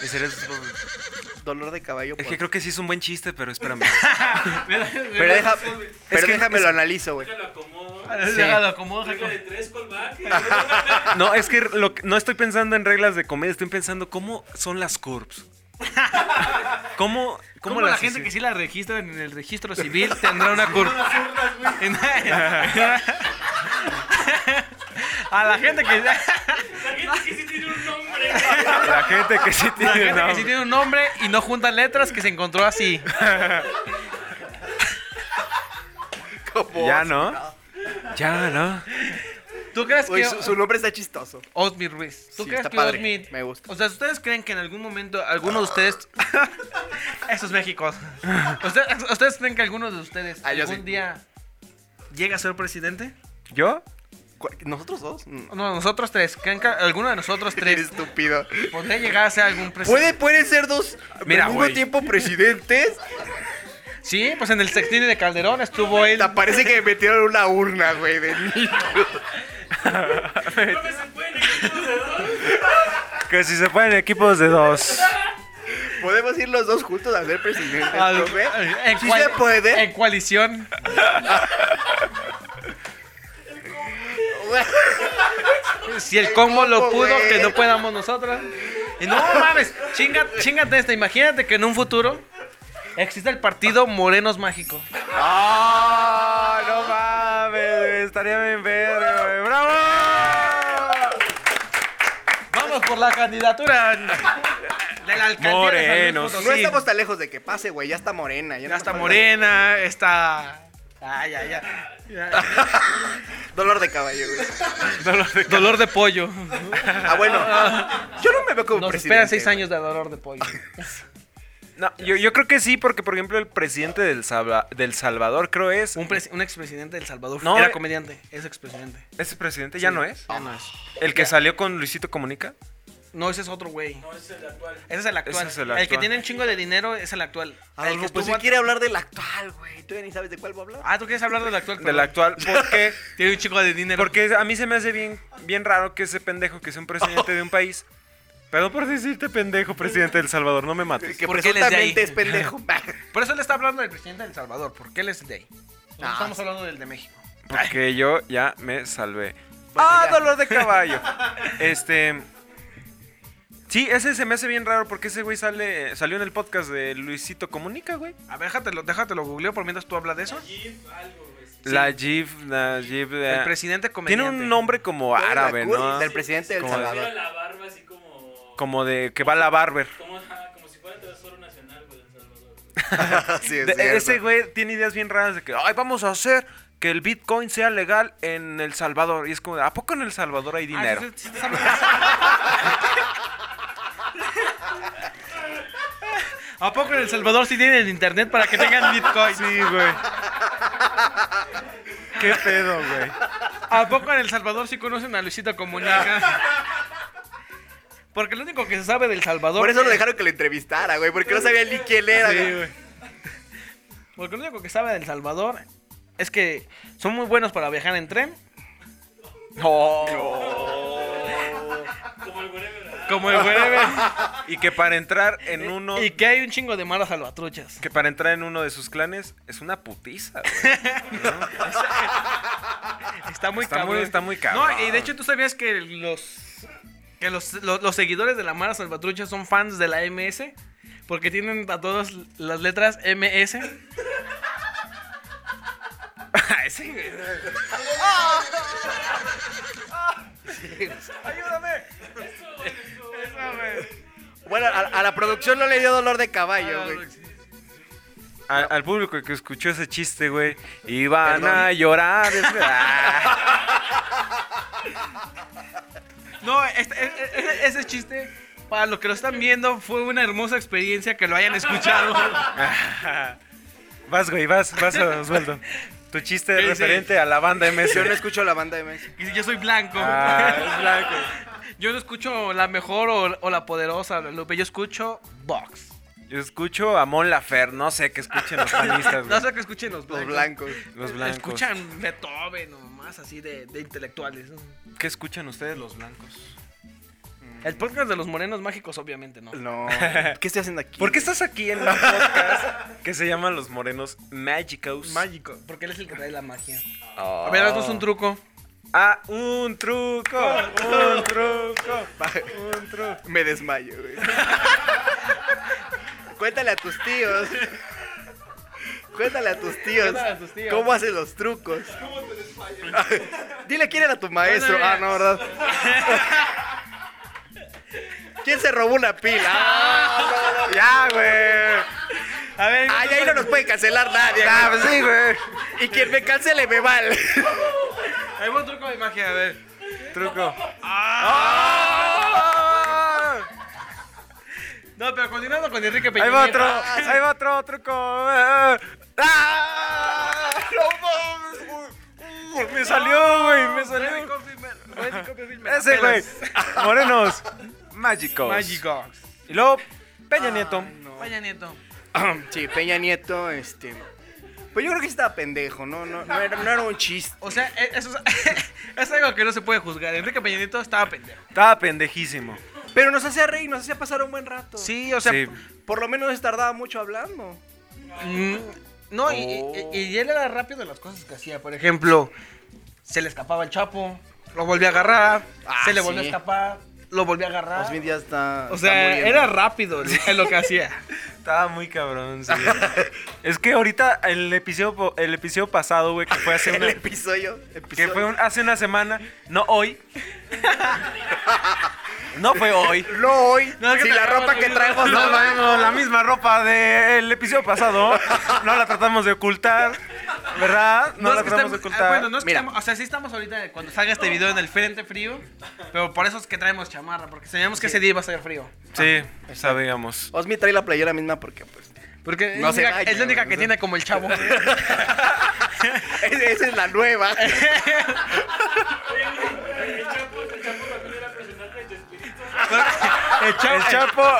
D: Mi cerebro está procesando.
F: Dolor de caballo.
D: Es
F: por-
D: que creo que sí es un buen chiste, pero espérame.
F: Pero, deja- pero
D: que-
F: déjame lo analizo, güey.
E: Déjalo acomodo.
C: Déjalo como-
E: Regla de tres, ¿cuál va?
D: No, es que lo que- no estoy pensando en reglas de comedia, estoy pensando cómo son las curbs. ¿Cómo, cómo,
C: ¿Cómo la
D: las
C: gente
D: hice?
C: que sí la registra en el registro civil tendrá una curva? En- A la gente que,
E: La gente que sí tiene un nombre, güey.
D: La gente que sí
C: la
D: tiene.
C: gente que
D: nombre.
C: sí tiene un nombre y no junta letras que se encontró así.
D: Ya no. Ya no.
C: ¿Tú crees
F: Uy,
C: que
F: su, su nombre está chistoso.
C: Osmi Ruiz? ¿Tú
F: Sí,
C: crees
F: está
C: que
F: padre,
C: Osmi-
F: me gusta.
C: O sea, ¿ustedes creen que en algún momento alguno de ustedes... Eso es México. ¿Ustedes, ¿Ustedes creen que alguno de ustedes
F: Ah, yo
C: algún
F: sí.
C: día llega a ser presidente?
D: ¿Yo?
B: ¿Cuál- ¿Nosotros dos? Mm.
C: No, nosotros tres. ¿creen que alguno de nosotros tres
B: Estúpido.
C: podría llegar a ser algún
B: ¿Puede,
C: presidente?
B: ¿Pueden ser dos
D: Mira,
B: al mismo
D: güey.
B: tiempo presidentes?
C: Sí, pues en el sextil de Calderón estuvo él.
B: Hasta parece que me metieron una urna, güey, de mí.
E: Creo que se pueden equipos de dos.
D: Que si se ponen equipos de dos.
B: ¿Podemos ir los dos juntos a ser presidentes,
C: al-
B: profe?
C: en
B: ¿Sí
C: cual-
B: se puede?
C: En coalición. Si el combo lo
B: combo,
C: pudo,
B: güey.
C: que no podamos nosotros. Y no mames, chinga- chingate esta. Imagínate que en un futuro existe el partido Morenos Mágico.
D: ¡Ah! ¡No mames! güey, Estaría bien verga, güey. ¡Bravo!
C: Vamos por la candidatura de la alcaldía.
D: Morenos.
C: De San Luis Potosí.
B: No estamos tan lejos de que pase, güey. Ya está morena. Ya,
C: Ya está
B: morena.
C: Morena, está. Ay, ya, ya.
B: Dolor de caballo, güey.
C: Dolor de pollo.
B: Ah, bueno. Yo no me veo como
C: Nos
B: presidente.
C: esperan seis años de dolor de pollo.
D: No, yo, yo creo que sí, porque por ejemplo el presidente del, Salva- del Salvador creo es...
C: Un, presi- un expresidente del Salvador.
D: No,
C: era
D: eh.
C: comediante. Es expresidente.
D: ¿Ese presidente ya no es?
C: Ya no es.
D: ¿El que salió con Luisito Comunica?
C: No, ese es otro güey.
E: No, ese es el actual.
C: Ese es el actual.
D: Ese es el
C: que
D: actual. Ah,
C: tiene un chingo de dinero es el actual. el que
B: Adolfo, pues si
C: estuvo-
B: quiere hablar del actual, güey. Tú ya ni sabes de cuál voy a hablar.
C: Ah, tú quieres hablar del actual.
D: Del
C: Perdón.
D: actual. ¿Por qué?
C: Tiene un chingo de dinero.
D: Porque a mí se me hace bien, bien raro que ese pendejo que sea un presidente de un país... Perdón por decirte pendejo, presidente del Salvador, no me mates.
B: Que
C: ¿por qué él es de ahí?
B: presuntamente es pendejo.
C: Por eso le está hablando del presidente del Salvador. Porque él es de ahí. No
B: Ah,
C: estamos
B: sí.
C: hablando del de México.
D: Porque yo ya me salvé.
B: Bueno,
D: ¡Ah,
B: ya.
D: dolor de caballo! este. Sí, ese se me hace bien raro porque ese güey sale, salió en el podcast de Luisito Comunica, güey.
C: A ver, déjatelo, déjatelo googleo por mientras tú hablas de eso.
D: Eh,
E: Jeep, algo, güey.
D: La Jeep, la Jeep. eh,
C: El presidente
D: tiene
C: comediante.
D: un nombre como
B: Tú eres la
D: árabe,
B: cool
D: ¿no?
B: Del presidente del
D: Como de-
E: Mira
B: Salvador.
E: la barba así como.
D: Como de que va a la barber.
E: Como, ajá, como si fuera tesoro nacional, güey, de El Salvador. güey.
C: Ah,
B: Sí, es
D: De- e,
B: cierto.
D: ese güey tiene ideas bien raras de que, ay, vamos a hacer que el Bitcoin sea legal en El Salvador. Y es como, ¿a poco en El Salvador hay
C: Ah,
D: dinero?
C: sí, sí, sí, estás hablando. ¿A poco en El Salvador sí tienen internet para que tengan Bitcoin? Sí, güey.
D: ¿Qué pedo, güey?
C: ¿A poco en El Salvador sí conocen a Luisito Comunica? Porque lo único que se sabe del Salvador.
B: Por eso lo
C: es-
B: dejaron que lo entrevistara, güey. Porque no sabía ni quién era,
C: Sí,
B: güey.
C: güey. Porque lo único que sabe del Salvador es que son muy buenos para viajar en tren.
E: Como el whatever. ¿verdad?
C: Como el güey.
D: Y que para entrar en uno.
C: Eh, Y que hay un chingo de malas salvatruchas.
D: Que para entrar en uno de sus clanes es una putiza, güey.
C: Está muy
D: Está
C: cabrón.
D: muy- está muy cabrón.
C: No, y de hecho, ¿tú sabías que los que los, lo- los seguidores de la Mara Salvatrucha son fans de la MS? Porque tienen a todas las letras MS.
B: Bueno, a, a la producción no le dio dolor de
C: Ah,
B: caballo, güey.
D: Al, al público que escuchó ese chiste, güey, iban a llorar. es- Ah,
C: No, este- e- e- ese chiste, para los que lo están viendo, fue una hermosa experiencia que lo hayan escuchado.
D: vas, güey, vas, vas, Osvaldo. Tu chiste
C: Sí, sí.
D: es referente a la banda MS.
B: Yo no escucho la banda de Messi.
C: Y yo soy blanco.
D: Ah, es blanco.
C: Yo no escucho la mejor o, o la poderosa, Lupe. Yo escucho Vox.
D: Yo escucho a Mon Lafer, no sé qué escuchen los panistas,
C: No
D: güey.
C: sé que escuchen los
B: Los
C: blancos.
B: blancos.
D: Los blancos.
C: E-, Escuchan Beethoven o más así de, de intelectuales. ¿no?
D: ¿Qué escuchan ustedes los blancos?
C: El podcast de los morenos mágicos, obviamente, no.
B: No. ¿Qué estoy haciendo aquí?
D: ¿Por qué estás aquí en un podcast que se llama Los Morenos Magicos?
C: Mágico, porque él es el que trae la magia.
D: Oh.
C: A ver, haznos un truco.
D: Ah, un truco, un truco, un truco.
B: Me desmayo, güey. Cuéntale a tus tíos. Cuéntale a tus tíos.
C: Cuéntale a tus tíos.
B: ¿Cómo hacen los trucos? Dile quién era tu maestro.
C: Bueno, mira.
B: ah, no, ¿verdad? ¿Quién se robó una pila? Ah, no, no, ya, güey.
C: A ver,
B: Ay, ahí no nos puede cancelar nadie. Ah, güey.
D: sí, güey.
B: Y quien me cancele me vale.
C: hay un truco de magia, a ver.
D: Truco.
C: No, pero continuando con Enrique Peña.
D: Ahí va otro,
C: Nieto.
D: ahí va otro truco. ¡Ah! ¡No mames, güey! ¡Uh! Me me salió, güey. Me salió. Ese, güey. Morenos. Mágicos.
C: Mágico.
D: Y luego, Peña Nieto.
C: Vaya Nieto.
B: Sí, Peña Nieto, este. Pues yo creo que sí estaba pendejo, ¿no? No, no, era, no era un chiste.
C: O sea, e- eso es, es algo que no se puede juzgar. Enrique Peña Nieto estaba pendejo.
D: Estaba pendejísimo.
B: Pero nos hacía reír, nos hacía pasar un buen rato.
C: Sí, o sea,
D: Sí.
B: Por lo menos tardaba mucho hablando.
C: Mm, No, y, y- y- y él era rápido en las cosas que hacía. Por ejemplo, se le escapaba el Chapo, lo volvió a agarrar,
B: Ah,
C: se le volvió
B: sí.
C: a escapar, lo volvió a agarrar.
B: Osmin ya está.
C: O
B: está
C: sea,
B: muriendo.
C: era rápido en lo que hacía.
D: Estaba muy cabrón, sí. es que ahorita el episodio, el episodio pasado, güey, que fue hace
B: El
D: una,
B: episodio.
D: que
B: episodio.
D: fue un- hace una semana, no hoy. no fue hoy.
B: No hoy.
C: No, es que
B: si la
C: te-
B: ropa que traigo
D: No,
B: no va.
D: bueno, la misma ropa del episodio pasado. No la tratamos de ocultar, ¿verdad? No,
C: es
D: la
C: que
D: tratamos
C: estamos- ah,
D: de ocultar.
C: bueno, no es que
B: Mira.
C: estamos- o sea, sí estamos ahorita cuando salga este video en el frente frío, pero por eso es que traemos chamarra, porque sabíamos que ese día iba a ser frío.
D: Sí, sabíamos.
B: Osmi trae la playera misma porque pues.
C: Porque
B: No
C: es,
B: se
C: la-
B: baña,
C: es la única
B: güey,
C: que
B: no
C: tiene como el chavo.
B: Esa esa es la nueva.
E: El chapo, el chapo también era personaje de espíritu.
D: El Chapo,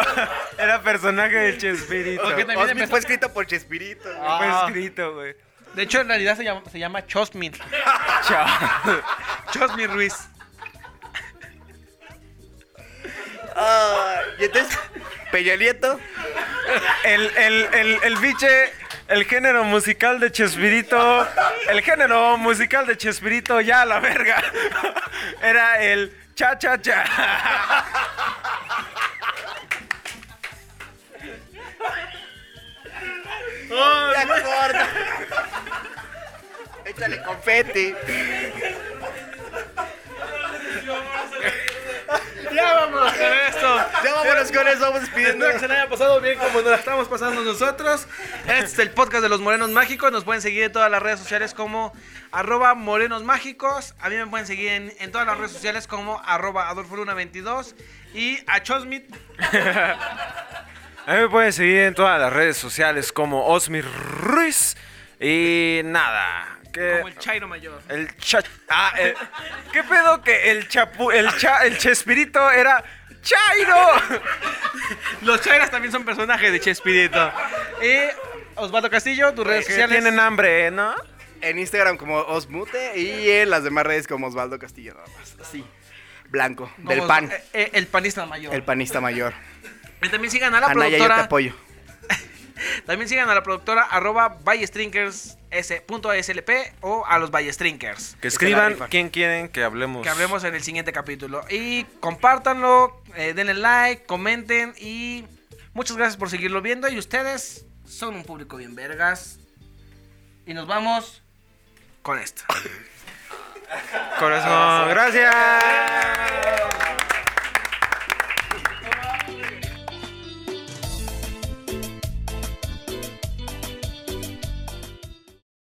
D: era personaje del Chespirito.
C: Porque también
B: Osmi
C: empezó-
B: fue escrito por Chespirito. güey.
D: Fue
C: Ah.
D: escrito, güey.
C: De hecho, en realidad se llama, se llama Chosmin.
D: Chao.
C: Chosmin Ruiz.
B: Ah, y entonces, Peña Nieto.
D: El, el, el, el biche, el género musical de Chespirito, el género musical de Chespirito, ya a la verga. Era el cha cha cha.
B: Ya corta. Échale confeti.
C: Ya vámonos con esto.
B: Ya vámonos con eso, vamos despidiendo.
C: Espero que se la haya pasado bien como nos la estamos pasando nosotros. Este es el podcast de los Morenos Mágicos. Nos pueden seguir en todas las redes sociales como arroba Morenos Mágicos. A mí me pueden seguir en, en todas las redes sociales como arroba Adolfo Luna 22 y a Chosmit.
D: A mí me pueden seguir en todas las redes sociales como Osmi Ruiz. Y nada. Que
C: Como el Chairo Mayor.
D: el cha. Ah, el- ¿Qué pedo que el chapu. El, cha, el Chespirito era. ¡Chairo!
C: Los Chairas también son personajes de Chespirito. Y Osvaldo Castillo, tus redes
D: Que
C: sociales.
D: tienen hambre, ¿no?
B: En Instagram como Osmute y en las demás redes como Osvaldo Castillo, nada más. Así. Blanco.
C: Como
B: del pan.
C: eh, eh, el panista mayor.
B: El panista mayor.
C: Y también sigan a la
B: Anaya, yo te
C: productora.
B: apoyo.
C: También sigan a la productora arroba ballestrinkersS.slp o a los ballestringers.
D: Que
B: la
D: escriban
B: rifan.
D: quién quieren que hablemos.
C: Que hablemos en el siguiente capítulo. Y compártanlo, eh, denle like, comenten y muchas gracias por seguirlo viendo. Y ustedes son un público bien vergas. Y nos vamos con esto.
D: Corazón, gracias.